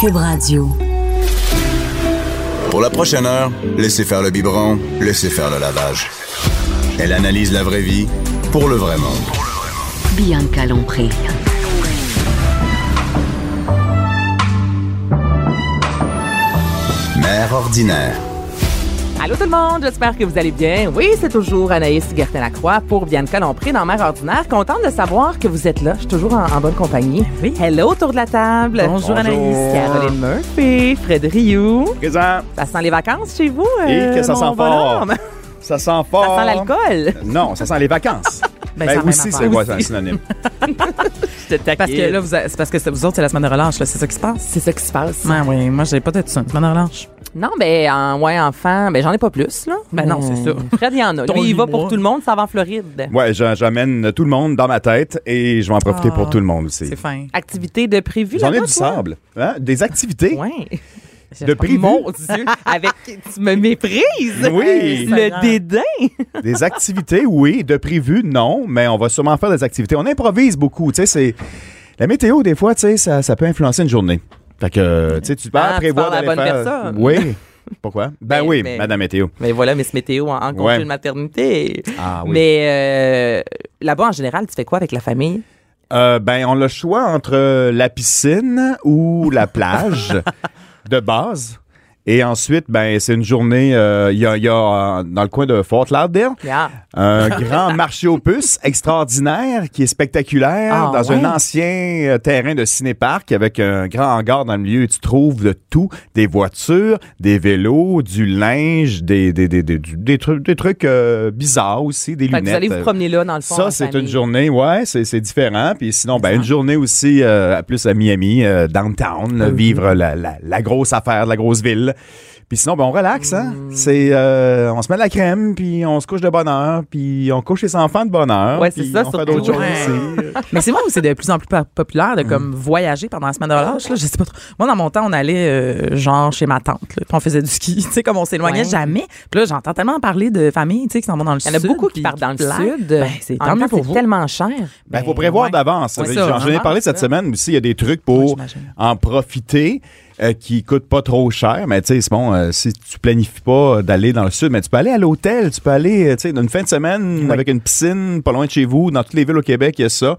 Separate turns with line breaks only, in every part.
Cube Radio.
Pour la prochaine heure, laissez faire le biberon, laissez faire le lavage. Elle analyse la vraie vie pour le vrai monde.
Bianca Lompré.
Mère ordinaire.
Allô tout le monde, j'espère que vous allez bien. Oui, c'est toujours Anaïs Gertin-Lacroix pour Bianca Lompré dans Mère Ordinaire. Contente de savoir que vous êtes là. Je suis toujours en, en bonne compagnie. Oui. Hello autour de la table.
Bonjour, Anaïs.
Caroline Murphy, Fred Rioux.
Présent.
Ça sent les vacances chez vous? euh,
Et que ça
mon
sent fort.
bonhomme?
Ça sent fort.
Ça sent l'alcool.
Non, ça sent les vacances.
Ben, c'est la même
aussi, c'est
affaire.
ouais, c'est un synonyme.
Parce que là, vous, a- c'est parce que c'est- vous autres, c'est la semaine de relâche, là, c'est ça qui se passe.
C'est ça qui se passe.
Ben oui, moi, j'ai pas de ça, une semaine de relâche.
Non, ben, en, ouais, enfant, ben, j'en ai pas plus, là.
Ben non, c'est ça.
Fred, il y en a.
Ton
Lui, il va pour
humour.
tout le monde, ça va en Floride.
Ouais, j'a- j'amène tout le monde dans ma tête et je vais en profiter
Ah.
pour tout le monde aussi.
C'est fin.
Activité de prévu.
J'en ai
là-bas,
du
toi?
sable. Hein? Des activités.
Ouais.
De prévu.
Mon Dieu, avec tu me méprises.
Oui.
Le dédain.
Des activités, oui. De prévu, non. Mais on va sûrement faire des activités. On improvise beaucoup. Tu sais, c'est. La météo, des fois, tu sais, ça, ça peut influencer une journée. Fait que, tu sais, tu peux
Ah, tu
prévoir
parles à la
d'aller
bonne
faire-
personne.
Oui. Pourquoi? Ben
Mais-
oui,
mais-
Madame Météo.
Mais voilà, Miss Météo en, en congé
Ouais.
de maternité.
Ah
Mais euh, là-bas, en général, tu fais quoi avec la famille?
Euh, ben, on a le choix entre la piscine ou la plage de base. Et ensuite, ben, c'est une journée, euh, il y a, il y a, euh, dans le coin de Fort Lauderdale,
Ah,
un grand marché aux puces extraordinaire qui est
Ah,
spectaculaire dans
ouais?
un ancien euh, terrain de cinéparc avec un grand hangar dans le milieu. Et tu trouves de tout, des voitures, des vélos, du linge, des, des, des, des, du- des trucs, des trucs euh, bizarres aussi, des
Fait que
lunettes. euh,
vous allez vous promener là, dans le fond. en
Ça, c'est
famille.
une journée, ouais, c'est c'est différent. Puis sinon, ben, une journée aussi, euh, plus à Miami, euh, downtown,
Mm-hmm.
là, vivre la, la- la grosse affaire, la grosse ville. Puis sinon, ben, on relaxe, hein.
Mm.
C'est, euh, on se met de la crème, puis on se couche de bonne heure, puis on couche les enfants de bonne heure.
Ouais, c'est
puis
ça,
on fait
surtout.
d'autres choses
Ouais.
aussi.
Mais c'est vrai où c'est de plus en plus pa- populaire de comme
Mm.
voyager pendant la semaine de relâche. Là, je sais pas trop. Moi, dans mon temps, on allait euh, genre chez ma tante. là, puis on faisait du ski. Tu sais, comme on s'éloignait
Ouais.
jamais. Puis là, j'entends tellement parler de familles tu sais, qui s'en vont dans le
Il
sud.
y en a beaucoup qui
puis
partent dans le
pleurent.
sud.
Ben, c'est
En
tant
même
mieux
temps,
pour
c'est
vous.
tellement cher.
Ben, faut prévoir
ouais.
d'avance.
Ouais, ça,
J'en ai
d'avance,
parlé cette
ça.
semaine aussi. Il y a des trucs pour
Ouais, j'imagine.
en profiter euh, qui coûtent pas trop cher. Mais tu sais, c'est bon, euh, si tu planifies pas d'aller dans le sud, mais tu peux aller à l'hôtel, tu peux aller, euh, tu sais, une fin de semaine avec une piscine pas loin de chez vous. Dans toutes les villes au Québec, il y a ça.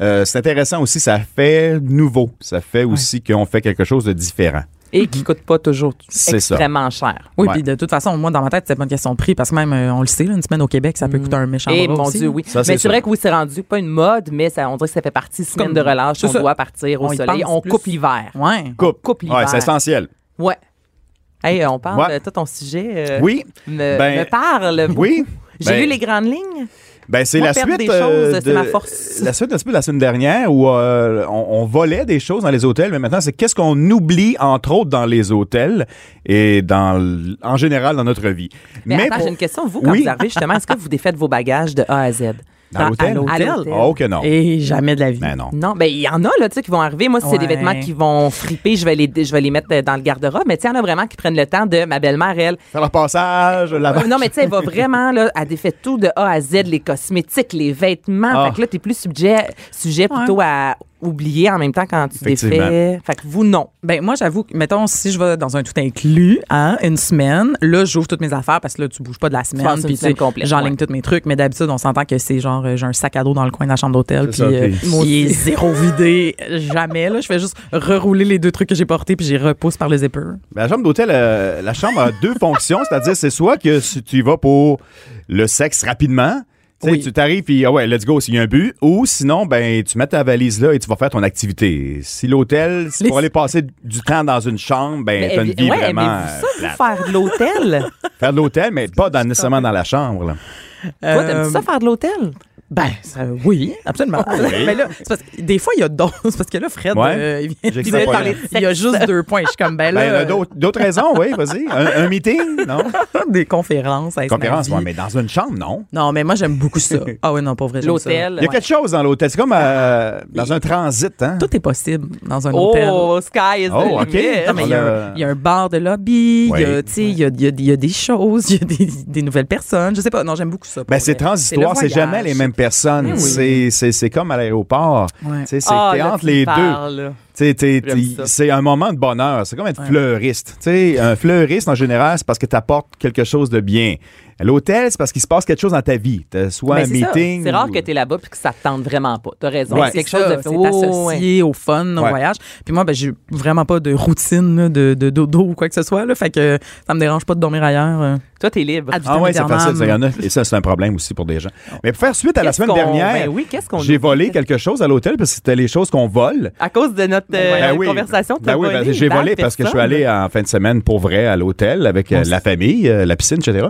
Euh, c'est intéressant aussi. Ça fait nouveau. Ça fait aussi qu'on fait quelque chose de différent.
Et qui coûte pas toujours
C'est ça.
extrêmement cher.
Oui,
Ouais.
puis de toute façon, moi, dans ma tête, c'est pas une question de prix parce que même, euh, on le sait, là, une semaine au Québec, ça peut coûter un méchant
Et
bras
Mm. Eh, mon
aussi.
Dieu, oui.
Ça, c'est
mais c'est
sûr.
vrai que oui, c'est rendu pas une mode, mais ça, on dirait que ça fait partie semaine
Comme-
de relâche.
c'est
On
ça.
doit partir au
On y
soleil.
pense
On
plus.
coupe l'hiver.
Ouais.
Coupe.
Coupe l'hiver.
Ouais, c'est essentiel.
Ouais. Hey, on parle
Ouais.
de tout ton sujet. euh,
Oui.
Me,
Ben,
me parle.
Oui.
J'ai
Ben,
lu les grandes lignes.
Ben, c'est
Moi,
la
perdre
suite. euh,
des choses, c'est ma force.
La suite un petit peu de la semaine dernière où euh, on, on volait des choses dans les hôtels, mais maintenant, c'est qu'est-ce qu'on oublie, entre autres, dans les hôtels et dans, l- en général dans notre vie.
Mais, attends,
pour-
j'ai une question. Vous, quand
Oui.
vous arrivez, justement, est-ce que vous défaites vos bagages de A à Z?
Dans
à
l'hôtel?
l'hôtel.
À l'hôtel.
Oh, que non.
Et jamais de la vie.
Ben non.
Non, ben il y en a là, tu sais, qui vont arriver. Moi, si c'est des
Ouais.
vêtements qui vont friper, je vais les, je vais les mettre euh, dans le garde-robe. Mais tu sais, il y en a vraiment qui prennent le temps de ma belle-mère, elle.
Faire le passage, la
Euh, non, mais tu sais, elle va vraiment, là, elle défait tout de A à Z, les cosmétiques, les vêtements.
Ah.
Fait que là, t'es plus sujet, sujet plutôt à oublier en même temps quand tu
Effectivement.
défais. Fait que vous, non.
Ben moi j'avoue, que, mettons si je vais dans un tout inclus, hein, une semaine, là j'ouvre toutes mes affaires parce que là tu bouges pas de la semaine,
passes une
puis tu
semaine
sais,
complète,
j'enligne
ouais.
tous mes trucs, mais d'habitude on s'entend que c'est genre euh, j'ai un sac à dos dans le coin de la chambre d'hôtel puis
C'est ça,
euh,
puis-
il est zéro vidé jamais là, je fais juste rerouler les deux trucs que j'ai portés puis j'y repousse par le zipper.
Ben, la chambre d'hôtel, euh, la chambre a deux fonctions, c'est-à-dire c'est soit que si tu y vas pour le sexe rapidement, tu sais,
Oui.
tu t'arrives puis ah ouais, let's go s'il y a un but, ou sinon ben tu mets ta valise là et tu vas faire ton activité. Si l'hôtel, si
Les-
pour aller passer du temps dans une chambre, ben t'as une
Mais,
vie
ouais,
vraiment
mais vous, ça,
euh,
vous
plate.
faire de l'hôtel?
faire de l'hôtel, mais pas dans- nécessairement dans la chambre. là.
Toi, t'aimes-tu
Euh,
ça faire de l'hôtel?
Ben ça- oui, absolument.
Ah
Mais là c'est parce que des fois il y a d'autres c'est parce que là Fred
Ouais.
euh, il vient-
J'extrapole.
il vient de parler- il y a juste deux points, je suis comme ben
Ben,
là
il y en a d'autres- d'autres raisons, oui, vas-y. Un, un meeting, non?
des conférences, hey, c'est ma
Conférence,
vie.
ouais, mais dans une chambre, non.
Non, mais moi, j'aime beaucoup ça. Ah oui, non, pas vrai. j'aime ça.
L'hôtel.
Il y a quelque chose dans l'hôtel. C'est comme euh, dans un transit, hein?
Tout est possible dans un hôtel.
Oh, sky is the
Oh, OK.
limit.
Non, mais il y, a
On a-
un- il y a un bar de lobby, il y a,
Oui.
tu sais, il y a- il y a- il y a des choses, il y a des, des nouvelles personnes. Je sais pas, non, j'aime beaucoup ça. pour
Ben, c'est
vrai.
transitoire,
C'est le
c'est jamais
voyage. Ben
les mêmes personne.
Mais oui.
C'est- C'est c'est comme à l'aéroport.
Ouais.
Tu sais, C'est
Ah,
t'es
là,
entre
tu me
les deux.
parles.
Tu sais, t'es-
J'aime
t'es-
ça.
C'est un moment de bonheur. C'est comme être fleuriste. Tu sais, un fleuriste, en général, c'est parce que tu apportes quelque chose de bien. À L'hôtel, c'est parce qu'il se passe quelque chose dans ta vie. T'as soit
Mais
un
Ben, c'est ça.
meeting.
C'est rare
ou-
que tu es là-bas puis que ça te tente vraiment pas. T'as raison.
Ouais.
C'est quelque
C'est
chose
ça,
de
c'est
Oh, ouais.
associé au fun, au
Ouais.
voyage. Puis moi, ben, j'ai vraiment pas de routine là, de, de dodo ou quoi que ce soit. Là, fait que ça me dérange pas de dormir ailleurs. euh,
Toi, t'es libre.
à du
Ah
temps
ouais, c'est facile. ça,
éternel.
y en a. Et ça, c'est un problème aussi pour des gens. Mais pour faire suite à la
Qu'est-ce
semaine
qu'on-
dernière,
ben oui, qu'est-ce qu'on
j'ai
oublie?
volé quelque chose à l'hôtel parce que c'était les choses qu'on vole.
À cause de notre euh,
Ben oui.
conversation, t'as
Ben oui, ben,
volé
j'ai
dans
volé parce que je suis allé en fin de semaine pour vrai à l'hôtel avec euh, la famille, euh, la piscine, etc.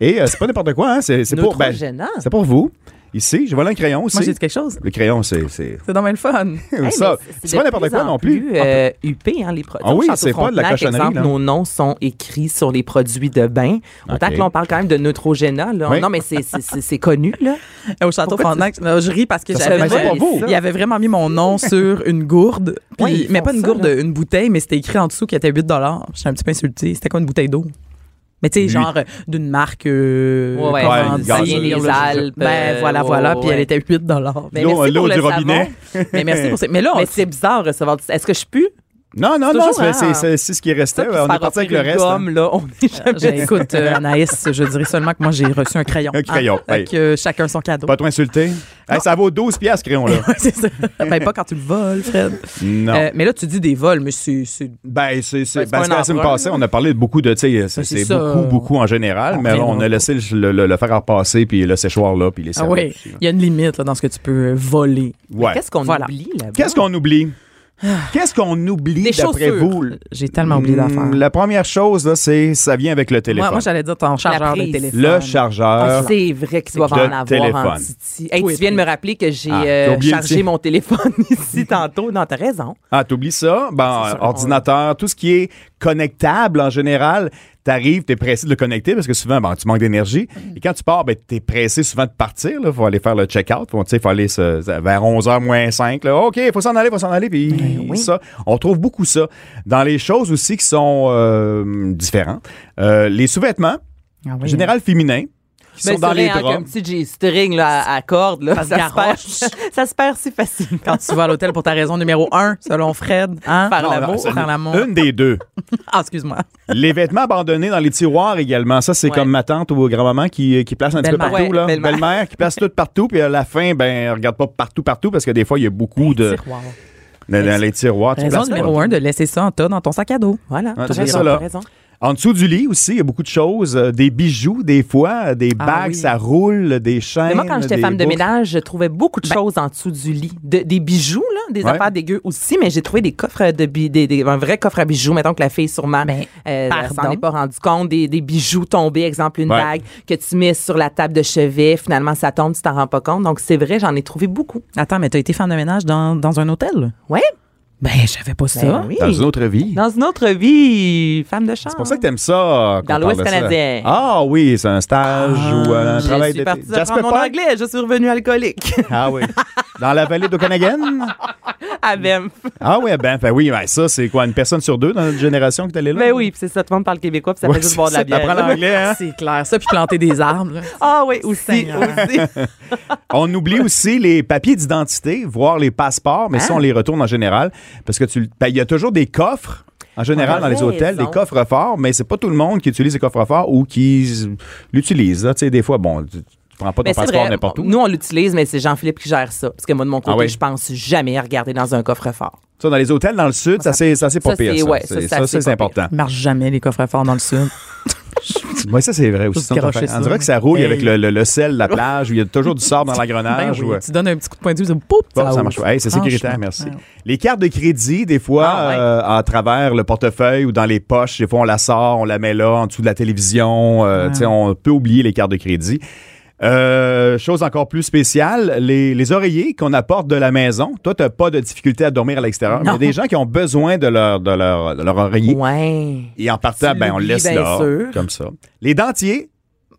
Et euh, c'est pas n'importe quoi, hein, c'est c'est pour, ben,
Neutrogénant.
c'est pour vous. Ici, j'ai volé un crayon aussi.
Moi, j'ai dit quelque chose.
le crayon, c'est c'est-
C'est dans le fun.
Hey,
ça.
mais
C'est pas
de
n'importe
plus
quoi
en
non plus.
euh, huppé, hein, les produits.
Ah oui,
Château
c'est pas de la
Frontenac,
cochonnerie,
exemple,
là.
Nos noms sont écrits sur les produits de bain. Autant
Ok.
que l'on parle quand même de Neutrogena. Là.
Oui.
Non, mais c'est- c'est c'est- c'est connu. Là.
Au Ah château
Pourquoi
Frontenac, non, je ris parce que
Ça
j'avais
serait bien
vraiment-
pour vous.
il y avait vraiment mis mon nom sur une gourde, puis,
Ouais, ils
mais
font
pas une
ça,
gourde,
là.
une bouteille, mais c'était écrit en dessous qui était 8 dollars. J'étais un petit peu insultée. C'était quoi une bouteille d'eau Mais tu sais,
Huit.
genre euh, d'une marque euh,
Ouais, ouais,
comment
commandée,
ça vient
là,
des
je-
Alpes,
Ben
euh,
voilà,
ouais,
voilà,
ouais,
puis elle
ouais.
était 8 dollars. Mais,
Ben, merci
l'eau
pour le
du
savon.
robinet.
mais merci pour ça. Mais là, on-
Mais c'est bizarre recevoir du- Est-ce que je pue?
Non, non,
C'est
non,
toujours,
c'est
hein,
c'est- c'est- c'est ce qui restait.
Ça, puis
ouais,
se
on
faire
est parti avec le
offrir une
reste. hein.
gomme, là, on est jamais...
j'ai- écoute, euh, Anaïs, je dirais seulement que moi, j'ai reçu un crayon.
Un crayon,
Ah, fait
oui.
que, euh, chacun son cadeau.
hein. Pas trop insulté. Hey, ça vaut 12 piastres, ce crayon-là.
Ouais, c'est ça. Ben, pas quand tu le voles, Fred.
non.
Euh, mais là, tu dis des vols, mais c'est- c'est
Ben, c'est, c'est,
c'est
parce
pas
que
un
la semaine
emprunt,
passée, on a parlé de beaucoup de, tu sais, c'est,
Ben, c'est
c'est
ça. Ah,
beaucoup, beaucoup en général,
On
mais on
reviendra
a laissé le, le, le fer à repasser, puis le séchoir là, puis les
Ah
serviettes.
oui, il y a une limite là, dans ce que tu peux euh, voler.
Ouais.
Qu'est-ce qu'on
Voilà.
oublie là-bas?
Qu'est-ce qu'on oublie? Qu'est-ce qu'on oublie
Des
d'après
chaussures.
vous?
J'ai tellement oublié d'affaires.
Hmm, La première chose, là, c'est ça vient avec le téléphone.
Moi, moi, j'allais dire ton chargeur de
prise.
téléphone.
le
Ah,
chargeur.
c'est vrai qu'ils doivent en
de
avoir en
téléphone.
Titi. Hey, tu
Twitter.
viens de me rappeler que j'ai
Ah,
euh,
t'as oublié de
chargé
dire.
mon téléphone ici tantôt. Non, t'as raison.
Ah, t'oublies ça? Ben,
C'est sûr,
ordinateur, tout ce qui est connectable en général, t'arrives, t'es pressé de le connecter parce que souvent, ben, tu manques d'énergie. Et quand tu pars, ben, t'es pressé souvent de partir, là. Faut aller faire le check-out. Faut, tu sais, faut aller se- se- vers 11h moins 5, là. OK, faut s'en aller, faut s'en aller. Puis ça, on trouve beaucoup ça. Dans les choses aussi qui sont euh, différentes, euh, les sous-vêtements,
Ah
en
oui.
général féminins, qui
Mais
sont dans
c'est
les
vrai, hein,
draps.
qu'un petit G-string là, à, à corde, là,
Ça se
ça, se perd, ça se perd si facilement.
Quand tu vas à l'hôtel pour ta raison numéro un, selon Fred, hein?
Faire
Non,
l'amour.
non,
c'est
Faire l'amour.
Une des deux.
Ah, excuse-moi.
Les vêtements abandonnés dans les tiroirs également. Ça, c'est
Ouais.
comme ma tante ou grand-maman qui, qui place un petit peu
Belle-mère.
partout.
Ouais,
là.
belle-mère.
Belle-mère qui place tout partout. Puis à la fin, ben, elle regarde pas partout, partout, parce que des fois, il y a beaucoup de.
Tiroir.
Dans, dans les tiroirs, tu
Raison
places
numéro
pas.
un de laisser ça en tas dans ton sac à dos.
Voilà,
Ah,
t'as
c'est
raison,
ça, là.
t'as raison.
En dessous du lit aussi, il y a beaucoup de choses. Euh, Des bijoux, des fois, euh, des
Ah
bagues,
oui.
ça roule, des chaînes.
Mais moi, quand j'étais
des
femme de
boucles.
ménage, je trouvais beaucoup de choses en dessous du lit. De- des bijoux, là, des
Ouais.
affaires dégueu aussi, mais j'ai trouvé des coffres de bi- des, des- un vrai coffre à bijoux. Mettons que la fille, sûrement,
Ben,
Mais,
euh, elle s'en
pardon.
est pas rendue compte. Des, des bijoux tombés, exemple, une
Ouais.
bague que tu mets sur la table de chevet. Finalement, ça tombe, tu t'en rends pas compte. Donc, c'est vrai, j'en ai trouvé beaucoup.
Attends, mais t'as été femme de ménage dans, dans un hôtel?
Ouais.
Ben, je savais pas ça.
Ben oui.
Dans une autre vie.
Dans une autre vie, femme de chambre.
C'est pour ça que t'aimes ça. euh, qu'on
Dans l'Ouest
parle de ça.
canadien. Ah.
Ah oui, c'est un stage ou euh, un
je
travail
suis
d'été.
partie de
Jasper
prendre mon
Park?
anglais, je suis revenue alcoolique
Ah oui. Dans la vallée d'Okanagan?
à Banff.
Ah ouais, ben, ben oui, ben ça, c'est quoi, une personne sur deux dans notre génération qui est allée là?
Ben oui, puis c'est ça, tout le monde parle québécois, puis ça
Ouais,
fait juste boire de la
c'est ça,
bière.
t'apprends l'anglais, hein?
C'est clair. Ça, puis planter des arbres. là.
Ah oui, aussi,
Seigneur.
aussi.
On oublie aussi les papiers d'identité, voire les passeports, mais ça,
Ah.
on les retourne en général parce que tu, le- ben, il y a toujours des coffres. En général,
Ouais,
dans les
Ah, raison.
hôtels, des coffres forts, mais c'est pas tout le monde qui utilise les coffres forts ou qui s- l'utilise. là. Tu sais, des fois, bon, tu, tu prends
Mais
pas ton
Ben, c'est
passeport
vrai,
n'importe où.
Nous, on l'utilise, mais c'est Jean-Philippe qui gère ça. Parce que moi, de mon côté,
Ah oui?
je pense jamais regarder dans un coffre-fort.
Ça, dans les hôtels, dans le sud, ça, c'est, ça, c'est pas
ça,
pire.
c'est-
ça.
ouais, ça,
c'est,
c'est
ça,
assez
c'est
pas pire.
important.
Ils marchent jamais les coffres forts dans le sud.
Moi, ça, c'est vrai aussi.
Juste
ça, on t'en
garocher
fait. On
ça.
dirait que ça roule
Hey.
avec le, le- le sel de la plage, où il y a toujours du sable dans la
Ben
grenage.
oui,
ou- euh,
Tu donnes un petit coup de poing de vue, ça, boum,
Bon, ça
ouvre. Ah,
marche pas. Hey, c'est sécuritaire,
Franchement.
merci.
Ouais.
Les cartes de crédit, des fois,
Ah, ouais.
euh, à travers le portefeuille ou dans les poches, des fois, on la sort, on la met là, en dessous de la télévision.
Ah.
euh, tu sais, On peut oublier les cartes de crédit. Euh, chose encore plus spéciale, les, les oreillers qu'on apporte de la maison. Toi, t'as pas de difficulté à dormir à l'extérieur. mais Il y a des gens qui ont besoin de leur, de leur, de leur oreiller.
Ouais.
Et en partant,
Tu
ben, on le
l'oublies,
laisse
bien
là,
sûr.
comme ça. Les dentiers,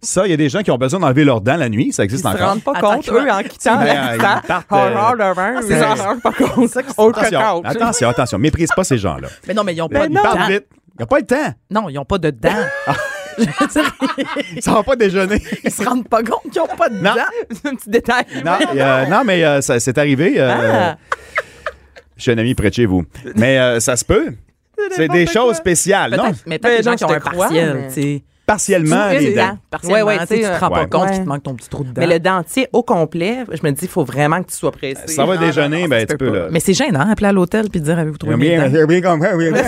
ça, il y a des gens qui ont besoin d'enlever leurs dents la nuit. Ça
Ils
existe
se
encore.
rendent pas
Attends,
compte,
comment-
eux, en quittant
Ouais,
l'accent.
ils partent, euh,
Horreur de vin, ils s'en rendent pas compte. Au
Attention,
cocotte.
attention, attention, méprise pas ces gens-là. Ah,
Mais Ben non, mais ils n'ont pas
Ils
de dents.
parlent vite. Ils n'ont pas le temps.
Non, ils n'ont pas de dents.
Ça va pas déjeuner.
Ils se rendent pas compte qu'ils ont pas de
Non.
dents.
C'est un petit détail.
Non, euh, non, mais euh, ça- c'est arrivé. euh,
Ah.
Je suis un ami près de chez vous. Mais euh, ça se peut. C'est des choses spéciales. Non,
Peut-être- Mais peut-être
Mais
les gens
non,
qui ont
je
un
te crois,
partiel,
mais-
tu sais.
partiellement
Oui,
des
c'est
dents.
Partiellement,
ouais,
tu sais,
tu
tu
sais,
te rends
ouais.
pas compte
Ouais.
qu'il te manque ton petit trou de dent.
Mais le dentier au complet, je me dis, il faut vraiment que tu sois pressé.
Ça va
Non,
déjeuner,
non, non,
ben,
tu
tu
peux
peux,
pas.
là.
Mais c'est gênant, appeler à l'hôtel puis dire avez-vous trouvé mes dents?
bien compris, oui, bien.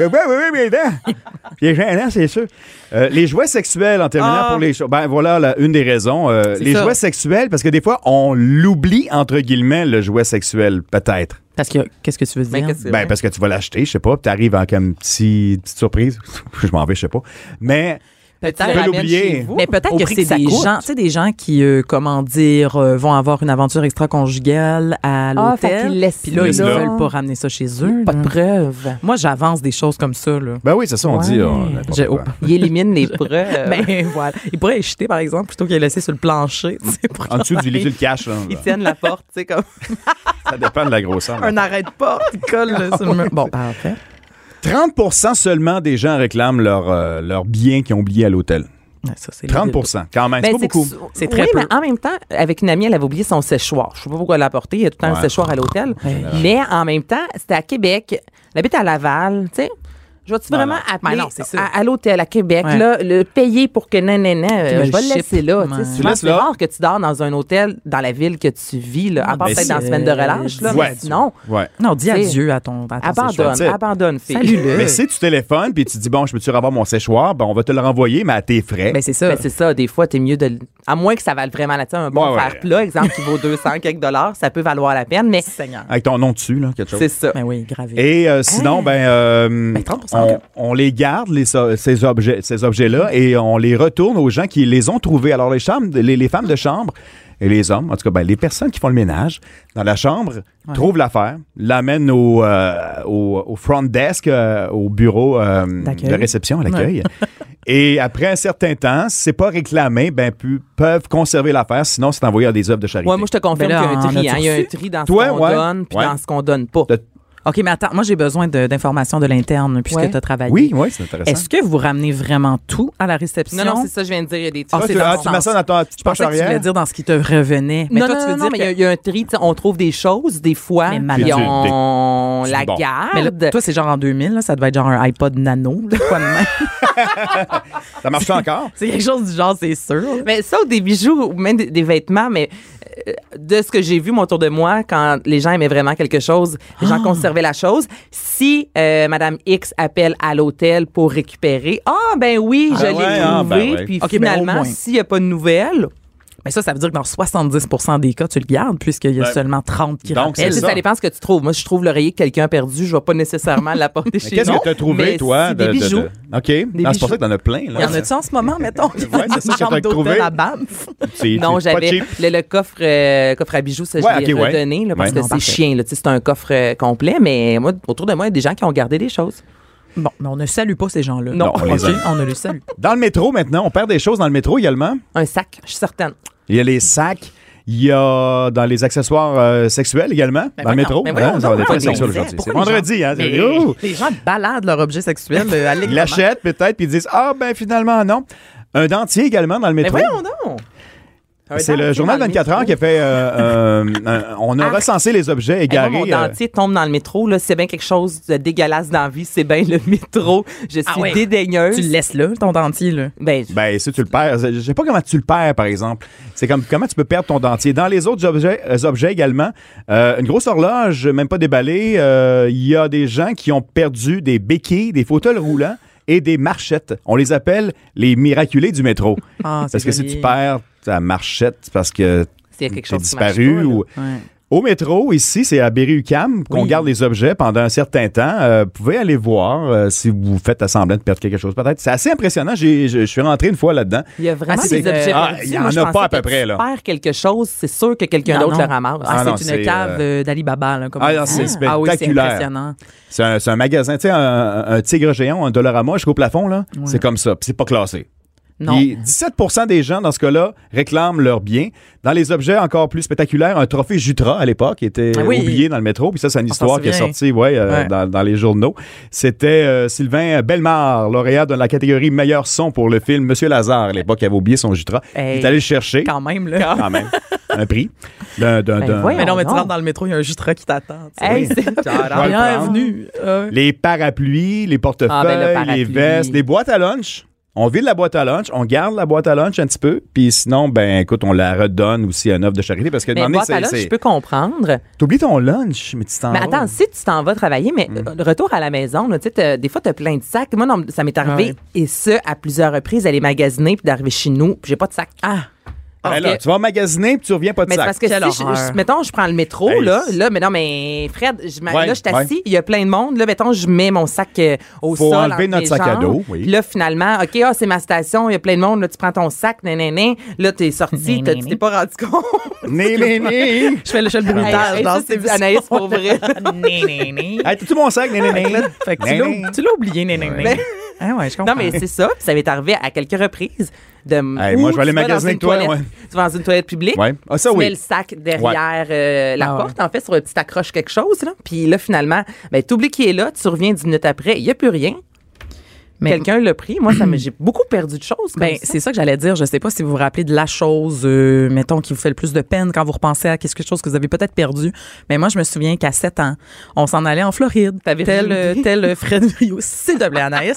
Oui, oui, oui, mes dents. Les gênant, c'est sûr. Euh, les jouets sexuels, en terminant
Ah.
pour les choses. Ben voilà la- une des raisons. Euh, les
ça.
jouets sexuels, parce que des fois, on l'oublie, entre guillemets, le jouet sexuel, peut-être.
Parce que qu'est-ce que tu veux
Mais
dire?
qu'est-ce que c'est
Ben,
vrai?
parce que tu vas l'acheter, je sais pas, puis t'arrives en comme petit- petite surprise. je m'en vais, je sais pas. Mais
Peut-être
tu peux
ramène
l'oublier.
chez vous.
Mais peut-être
Au
que
prix
c'est
ça
des
coûte.
gens, tu sais, des gens qui, euh, comment dire, euh, vont avoir une aventure extra-conjugale à
Ah,
l'hôtel.
fait qu'ils laissent
puis là,
là.
ils ne veulent pas ramener ça chez eux.
Pas
là.
de preuves.
Moi, j'avance des choses comme ça, là.
ben oui, c'est ça, on
Ouais.
dit. oh, n'importe
Je-
quoi.
oh.
Il élimine les preuves.
Ben voilà. Ils pourraient les jeter, par exemple, plutôt qu'ils les laisser sur le plancher. tu sais, pour
En dessous du
leur-
lit, tu le caches. là.
Ils tiennent la porte, tu sais, comme
Ça dépend de la grosseur. là.
Un arrêt de porte, ils collent là, sur le mur. Bon, ben, parfait.
30 seulement des gens réclament leurs euh, leurs biens qu'ils ont oubliés à l'hôtel.
Ouais, ben, ça, c'est
30
débile.
quand même. C'est
Ben,
pas beaucoup.
que-
C'est très
oui,
peu.
mais en même temps, avec une amie, elle avait oublié son séchoir. Je sais pas pourquoi elle l'a apporté. Il y a tout le temps un
Ouais.
séchoir à l'hôtel. Mais en même temps, c'était à Québec. Elle habite à Laval, tu sais. Je vais-tu
Non,
vraiment
non.
appeler
Mais Ben non, c'est ça.
à, à l'hôtel à Québec,
Ouais.
là, le payer pour que nan, nan, nan,
ben,
euh,
me
je vais
le
le laisser
ship.
là.
Ouais.
tu sais.
Tu
Souvent,
laisses
c'est
là. Ah,
rare que tu dors dans un hôtel dans la ville que tu vis, là, à part
Mais
peut-être dans la
c'est-
semaine de relâche. Là,
ben euh, Ouais.
mais sinon,
Ouais.
Non, dis
Tu sais,
adieu à ton, à ton
abandonne,
séchoir.
abandonne, fille.
Salut-le.
Mais si tu téléphones puis tu dis bon, je peux-tu avoir mon séchoir, ben on va te le renvoyer, mais à tes frais.
Ben, c'est ça.
Ben, c'est ça, des fois, t'es mieux de. l- À moins que ça vale vraiment la peine. Un bon
Ouais, ouais.
fer plat, exemple, qui vaut 200 quelques dollars, ça peut valoir la peine, mais
Seigneur.
Avec ton nom dessus, là, quelque chose.
c'est ça.
Ben oui, gravé.
Et euh, sinon,
Ah.
ben, euh,
30%
on, on les garde, les, so- ces objets-là, ces objets et on les retourne aux gens qui les ont trouvés. Alors, les, chambres, les, les femmes de chambre et les hommes, en tout cas, ben, les personnes qui font le ménage dans la chambre, trouvent l'affaire, l'amènent au, euh, au, au front desk, euh, au bureau euh,
D'accueil.
de réception, à l'accueil. et après un certain temps, si c'est pas réclamé, ben, pu- peuvent conserver l'affaire, sinon c'est envoyé à des œuvres de charité.
Ouais, moi, je te confirme
Ben là,
qu'il y a un
en
tri.
as-tu
hein. Il y a un
reçu?
tri dans ce
Toi,
qu'on
ouais.
donne puis
Ouais.
dans ce qu'on donne pas.
De-
OK, mais attends, moi, j'ai besoin de- d'informations de, l'interne puisque
Ouais.
tu as travaillé.
Oui, oui, c'est intéressant.
Est-ce que vous ramenez vraiment tout à la réception?
Non, non, c'est ça, je viens de dire, il y a des tri.
Ah,
Ah,
c'est
tu,
dans
ah,
le
tu
sens.
m'assois dans ton- tu
Je pensais
penches
que tu voulais
arrière?
dire dans ce qui te revenait. Mais
non,
toi,
non,
tu veux
non, non,
dire
mais il y
que-
a- il y, a un tri. tu sais, On trouve des choses, des fois,
Mais
puis
malade.
on
Tu-
la
bon.
Mais là,
garde.
toi, c'est genre en 2000, là, ça devait être genre un iPod nano. là, quoi de même.
Ça marche encore?
c'est quelque chose du genre, c'est sûr.
Mais ça, ou des bijoux, ou même des, des vêtements, mais euh, de ce que j'ai vu mon autour de moi, quand les gens aimaient vraiment quelque chose, les
Ah.
gens conservaient la chose. Si euh, Madame X appelle à l'hôtel pour récupérer, ah ben oui, je
Ah
l'ai trouvé.
ouais, ah, ben ouais.
Puis
Ok, ben, au
finalement,
moins.
s'il n'y a pas de nouvelles, ben
Mais ça, ça veut dire que dans 70 des cas, tu le gardes puisqu'il y a
Ben,
seulement 30 qui
donc,
rappellent.
c'est
Tu sais, ça. dépend ce que tu trouves. Moi, je trouve l'oreiller que quelqu'un a perdu. Je vais pas nécessairement l'apporter
Mais
chez
qu'est-ce
nous.
que tu as trouvé,
Mais
toi?
c'est Des
de- de- de-
bijoux.
OK. Non, c'est pour ça que t'en as plein.
Il
Là.
y en a-tu en ce moment, mettons?
Ouais, c'est ça que
Chambre
t'as trouvé.
d'hôtel à Banff.
C'est-
Non,
c'est pas
j'avais
cheap.
le, le coffre, euh, coffre à bijoux, ça,
Ouais,
je l'ai
ok, ouais.
redonné là, parce
Ouais.
que
Non,
c'est
parfait.
chien. Là, Tu sais, c'est un coffre euh, complet, mais moi, autour de moi, il y a des gens qui ont gardé des choses.
Bon, mais on ne salue pas ces gens-là.
Non, on les
OK,
aime.
on ne les salue.
Dans le métro, maintenant, on perd des choses dans le métro également.
Un sac, je suis certaine. Eh,
Il y a les sacs. Il y a dans les accessoires euh, sexuels également,
Ben
dans le
voyons,
métro.
mais
Hein,
voyons
ça va
donc,
être
pourquoi
très sexuel
les gens-
aujourd'hui. C'est
pourquoi les
vendredi, hein? c'est-
Mais
Ouh!
les gens baladent leur objet sexuel euh, allègrement.
Ils l'achètent peut-être, puis ils disent Ah, ben finalement, non. Un dentier également dans le
Mais
métro.
Ben voyons donc! Un
C'est le
dentier
journal
dans le
24 heures qui a fait. euh, euh, un- on a recensé les objets
Hey, Eh, moi,
égarés.
mon
euh,
dentier tombe dans le métro. Là, c'est bien quelque chose de dégueulasse dans la vie. C'est bien le métro. Je suis
Ah ouais.
dédaigneuse.
Tu le laisses là, ton dentier, là.
Ben,
Ben, si tu le perds, je sais pas comment tu le perds, par exemple. C'est comme comment tu peux perdre ton dentier. Dans les autres objets, euh, objets également, euh, une grosse horloge, même pas déballée, euh, il y a des gens qui ont perdu des béquilles, des fauteuils roulants et des marchettes. On les appelle les miraculés du métro.
Ah, c'est
parce que si
joli.
tu perds ta marchette, c'est parce que
c'est quelque
t'es
chose qui marche
disparu
pas, là.
ou...
Ouais.
Au métro, ici, c'est à Berry-UQAM qu'on
Oui.
garde les objets pendant un certain temps. Euh, vous pouvez aller voir euh, si vous faites à semblant de perdre quelque chose, peut-être. C'est assez impressionnant. J'ai- je, je suis rentré une fois là-dedans.
Il y a vraiment
Ah,
des
c'est que-
objets
Ah,
perdus.
il y en
Moi, je
a pas
pensais
à peu
que
près, là.
Tu perds quelque chose, c'est sûr que quelqu'un
Non,
d'autre
non.
le ramasse.
Ah,
Ah, non,
c'est
c'est,
une cave
euh,
euh, d'Alibaba, là. Comme
Ah,
on
non,
dit.
c'est
Ah oui, c'est
spectaculaire.
impressionnant.
C'est un, c'est un magasin, tu sais, un, un tigre géant, un Dollarama jusqu'au plafond, là. C'est comme ça. Puis c'est pas classé.
Non.
Puis 17 des gens, dans ce cas-là, réclament leurs biens. Dans les objets encore plus spectaculaires, un trophée Jutra, à l'époque, était
Ah oui. Ah,
oublié dans le métro. Puis ça, c'est une
s'en
histoire qui est
souvient.
sortie ouais, euh,
Ouais.
Dans, dans les journaux. C'était euh, Sylvain Bellemare, lauréat de la catégorie meilleur son pour le film Monsieur Lazare. À l'époque, il avait oublié son Jutra.
Hey.
Il est allé le chercher,
Quand même, là.
quand même, un prix. D'un- d'un-
Ben
d'un-
voyons.
Mais non, mais tu
Non.
rentres dans le métro, il y a un jutra qui t'attend. tu sais.
Hey, c'est-
vais le prendre.
Bienvenue. Euh,
Les parapluies, les portefeuilles,
Ah, ben, le
les
parapluie.
vestes, les boîtes à lunch. On vide la boîte à lunch, on garde la boîte à lunch un petit peu, puis sinon, ben écoute, on la redonne aussi à une œuvre de charité parce que
Mais
dans
boîte à lunch, je peux comprendre.
T'oublies ton lunch, mais tu t'en
Mais
vas.
attends, si tu t'en vas travailler, mais
Mm.
euh, le retour à la maison, là, tu sais, t'as- des fois, t'as plein de sacs. Moi, non, ça m'est arrivé,
Ouais.
et ce, à plusieurs reprises, d'aller magasiner, puis d'arriver chez nous, puis j'ai pas de sac. Ah!
Ben là, tu vas magasiner puis tu reviens pas de
Mais c'est
sac.
parce que si,
Quelle
je-
horreur.
je- mettons, je prends le métro,
Hey,
là,
c'est-
là, mais non, mais Fred, je, m'a-
Ouais,
là, je suis assis, il y a plein de monde, là, mettons, je mets mon sac euh, au
Faut
sol.
enlever
entre
notre
mes
sac à
jambes.
dos, oui.
Puis Là, finalement, OK, ah, c'est ma station, il y a plein de monde, là, tu prends ton sac, nénéné, là, t'es sorti,
Nénéné.
t'as- tu t'es pas rendu compte.
Né, né, né.
Je fais le je fais le bruitage
Hey,
dans
ça,
cette
c'est du
émission.
Anaïs pour vrai.
Né, né, né.
Hey, t'as-tu mon sac, né, né, né?
Fait que
Né,
tu
né.
l'as- tu l'as oublié, né, né, né.
Ben-
Ah ouais, je comprends.
Non, mais c'est ça. Puis ça m'est arrivé à quelques reprises. De m-
Hey,
ou
moi, je vais
tu
aller
vas dans une
magasiner avec toi,
toilette-
ouais.
Tu vas dans une toilette publique.
Ouais. Ah, ça,
tu
oui.
mets le sac derrière euh, la
Ah,
porte, en fait, sur un petit accroche quelque chose. Là. Puis là, finalement, ben, t'oublies qui est là. Tu reviens dix minutes après. Il n'y a plus rien.
Mais-
Quelqu'un l'a pris. Moi, ça me- j'ai beaucoup perdu de choses. comme
Ben,
ça.
c'est ça que j'allais dire. Je sais pas si vous vous rappelez de la chose, euh, mettons, qui vous fait le plus de peine quand vous repensez à quelque chose que vous avez peut-être perdu. Mais moi, je me souviens qu'à 7 ans, on s'en allait en Floride.
T'avais
tel,
rien
euh,
dit.
tel euh, Fred Rio, s'il te plaît, Anaïs.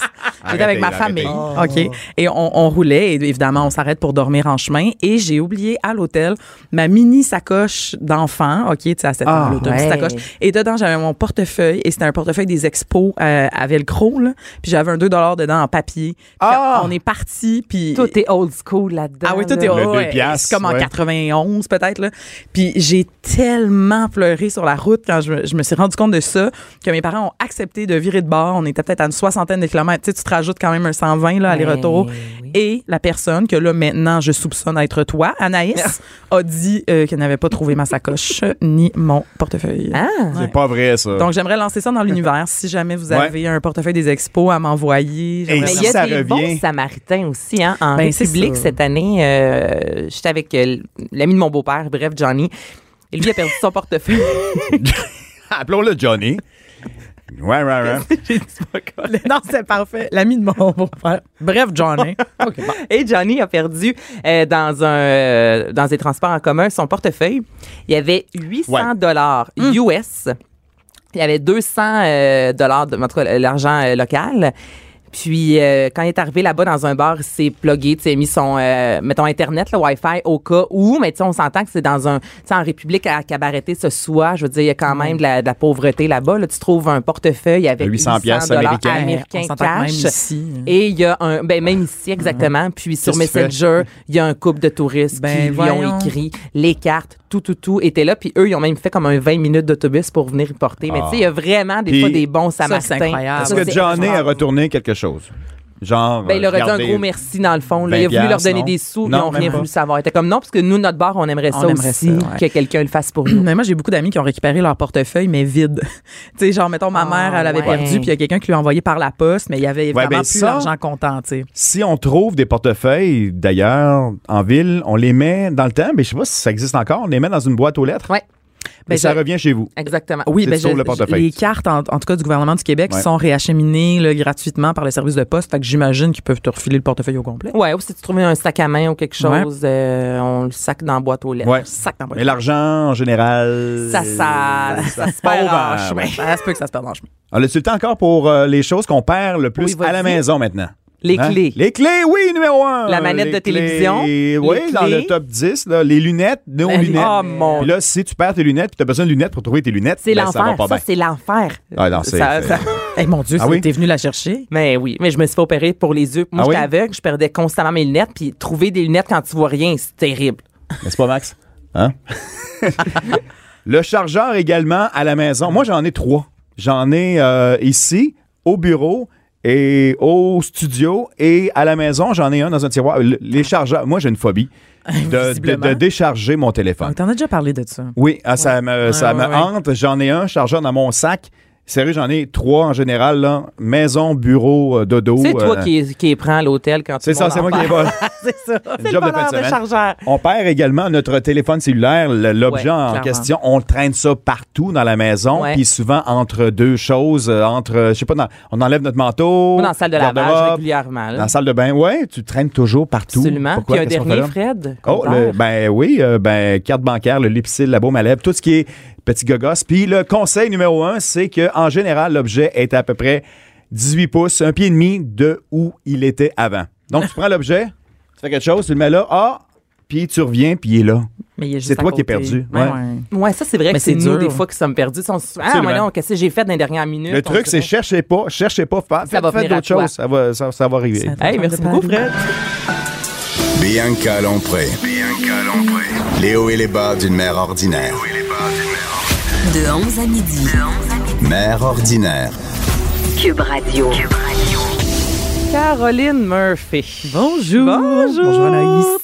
J'étais avec ma
Arrêtez,
famille.
Oh.
OK. Et on, on roulait. Et évidemment, on s'arrête pour dormir en chemin. Et j'ai oublié à l'hôtel ma mini sacoche d'enfant. OK, tu sais, à 7 ans,
Ah,
l'hôtel, une petite
ouais.
sacoche. Et dedans, j'avais mon portefeuille. Et c'était un portefeuille des expos euh, à Velcro, là. Puis j'avais un 2 dedans en papier. Puis
Ah!
on est parti. Puis
Tout est old school là-dedans.
ah oui, tout
là.
est
Le
ouais,
deux
ouais.
piastres,
C'est comme en
ouais.
91 peut-être là. Puis j'ai tellement pleuré sur la route quand je, me- je me suis rendu compte de ça que mes parents ont accepté de virer de bord. On était peut-être à une soixantaine de kilomètres. Tu sais, tu te rajoutes quand même un 120 là
Ben
aller-retour. Et la personne que là maintenant je soupçonne être toi, Anaïs, a dit euh, qu'elle n'avait pas trouvé ma sacoche ni mon portefeuille.
Ah!
C'est pas vrai, ça.
Donc j'aimerais lancer ça dans l'univers. Si jamais vous
Ouais.
avez un portefeuille des expos à m'envoyer, j'aimerais
Mais
Et
il
si
y a
ça
des
revient-
bons Samaritains aussi, hein, en
Ben, c'est
République
ça.
cette année. euh, J'étais avec euh, l'ami de mon beau-père, bref, Johnny. Et lui a perdu son portefeuille.
Appelons-le Johnny. Ouais, ouais, ouais.
non, c'est parfait. L'ami de mon beau-frère. Bref, Johnny.
Et Johnny a perdu euh, dans un euh, dans des transports en commun son portefeuille. Il y avait 800
Ouais. Hmm.
dollars US. Il y avait 200 euh, dollars de en tout cas, euh, l'argent euh, local. Puis euh, quand il est arrivé là-bas dans un bar, il s'est plugué, tu sais, il a mis son euh, mettons internet, le Wi-Fi au cas où, mais tu sais, on s'entend que c'est dans un tu sais, en République à cabareté ce soir, je veux dire, il y a quand même de la, de la pauvreté là-bas, là, tu trouves un portefeuille avec
800
800
Ben, piastres
dollars
américains.
américains
On s'entend
cash.
que même ici. euh,
Et il y a un, ben même ici exactement, puis sur
Qu'est-ce que tu
Messenger, il y a un couple de touristes
Ben,
qui lui
voyons.
ont écrit les cartes, tout, tout, tout était là, puis eux, ils ont même fait comme un 20 minutes d'autobus pour venir y porter. Mais
Ah.
tu sais, il y a vraiment des
Puis-
fois des bons
c'est
samaritains.
incroyable.
Est-ce
Ça,
que
c'est
Johnny a
incroyable.
retourné quelque chose? Genre.
Ben, il leur a dit un
regardez-
gros merci dans le fond. là. Il a
20
voulu leur donner
non?
des sous,
Non,
ils n'ont
même
rien
pas.
voulu savoir. Il était comme non, parce que nous, notre bar, on aimerait ça
On aimerait
aussi,
ça, ouais.
que quelqu'un le fasse pour nous.
Mais moi, j'ai beaucoup d'amis qui ont récupéré leur portefeuille, mais vide. tu sais, genre, mettons, ma
Ah,
mère, elle l'avait
ouais.
perdu, puis il y a quelqu'un qui lui a envoyé par la poste, mais il y avait vraiment
ben,
plus
ça-
d'argent comptant, tu sais.
Si on trouve des portefeuilles, d'ailleurs, en ville, on les met dans le temps, mais je sais pas si ça existe encore, on les met dans une boîte aux lettres.
Ouais.
Mais
Ben,
ça
je-
revient chez vous.
Exactement.
Oui,
C'est
ben,
sur
je-
le
je-
portefeuille.
les cartes, en, en tout cas du gouvernement du Québec,
Ouais.
sont réacheminées là, gratuitement par le service de poste. Fait que j'imagine qu'ils peuvent te refiler le portefeuille au complet.
Ouais, ou si tu trouves un sac à main ou quelque chose, euh, on le sac dans la boîte aux lettres.
Ouais.
Sac dans
Mais l'argent, en général.
Ça sale, ça se perd
pauvre,
en
hein,
chemin.
ouais.
Ça se peut que ça se perde en chemin.
On a-tu Ah, le temps encore pour euh, les choses qu'on perd le plus
Oui, vas-y.
à la maison maintenant?
Les
Hein?
clés.
Les clés, oui, numéro un.
La manette
Les
de
clés.
télévision.
Oui,
Les
dans
clés.
le top 10, là, les lunettes, nos
Ben, les-
lunettes.
oh, mon-
Puis là, si tu perds tes lunettes, puis tu as besoin de lunettes pour trouver tes lunettes,
C'est
ben, ça va
l'enfer.
pas
Ça,
bien.
c'est l'enfer.
Ah, non, c'est-
Ça-
c'est-
ça-
Eh mon Dieu,
Ah
c'est-
oui?
t'es venu la chercher?
Mais oui, mais je me suis fait opérer pour les yeux. Moi,
Ah oui?
j'étais aveugle, je perdais constamment mes lunettes, puis trouver des lunettes quand tu vois rien, c'est terrible.
N'est-ce pas, Max? Hein? le chargeur également à la maison. Moi, j'en ai trois. J'en ai euh, ici, au bureau et au studio et à la maison. J'en ai un dans un tiroir. Le- les chargeurs, moi, j'ai une phobie de, de-
Visiblement.
de décharger mon téléphone.
Donc, t'en as déjà parlé de ça.
Oui, ah, ça me,
Ouais,
ça me
ouais, ouais.
hante. J'en ai un chargeur dans mon sac. Sérieux, j'en ai trois en général, là. Maison, bureau, euh, dodo.
C'est toi
euh,
qui, qui prends l'hôtel quand tu
C'est ça, c'est moi qui les vole.
C'est ça. C'est le
Job de
bonheur
fin de
de,
semaine.
chargeur.
On perd également notre téléphone cellulaire, le- l'objet
Ouais,
en
clairement.
question. On traîne ça partout dans la maison,
Ouais.
puis souvent entre deux choses, euh, entre, euh, je sais pas, dans- on enlève notre manteau.
Moi, dans la salle de
garde-robe,
lavage régulièrement.
Dans
Là.
la salle de bain, ouais, tu traînes toujours partout.
Absolument.
Pourquoi?
Puis un
Qu'est-ce qu'on fait
dernier,
là?
Fred.
Oh,
qu'on
le-
perd.
ben oui, euh, ben, carte bancaire, le lipsil, la baume à lèvres, tout ce qui est petit gogos. Puis le conseil numéro un, c'est que en général, l'objet est à peu près 18 pouces, un pied et demi de où il était avant. Donc, tu prends l'objet, tu fais quelque chose, tu le mets là, ah, puis tu reviens, puis il est là.
Mais il est juste
C'est
à
toi qui
côté.
es perdu.
Ouais.
Ouais.
Ouais, ça, c'est vrai
Mais
que c'est
c'est
nous,
dur.
des fois, qui sommes perdus. On se dit, ah,
Absolument.
mais non, qu'est-ce que j'ai fait dans les dernières minutes?
Le
On
truc,
dirait.
c'est cherchez pas, cherchez pas, fa- faites,
va
faites
venir à
d'autres
toi.
choses, ça va, ça, ça va arriver.
Ça-
Hey, merci beaucoup, Fred.
Bianca Lompré. Les hauts et les bas d'une mère ordinaire.
De 11 à midi.
Mère ordinaire.
Cube Radio.
Caroline Murphy.
Bonjour.
Bonjour.
Bonjour, Anaïs.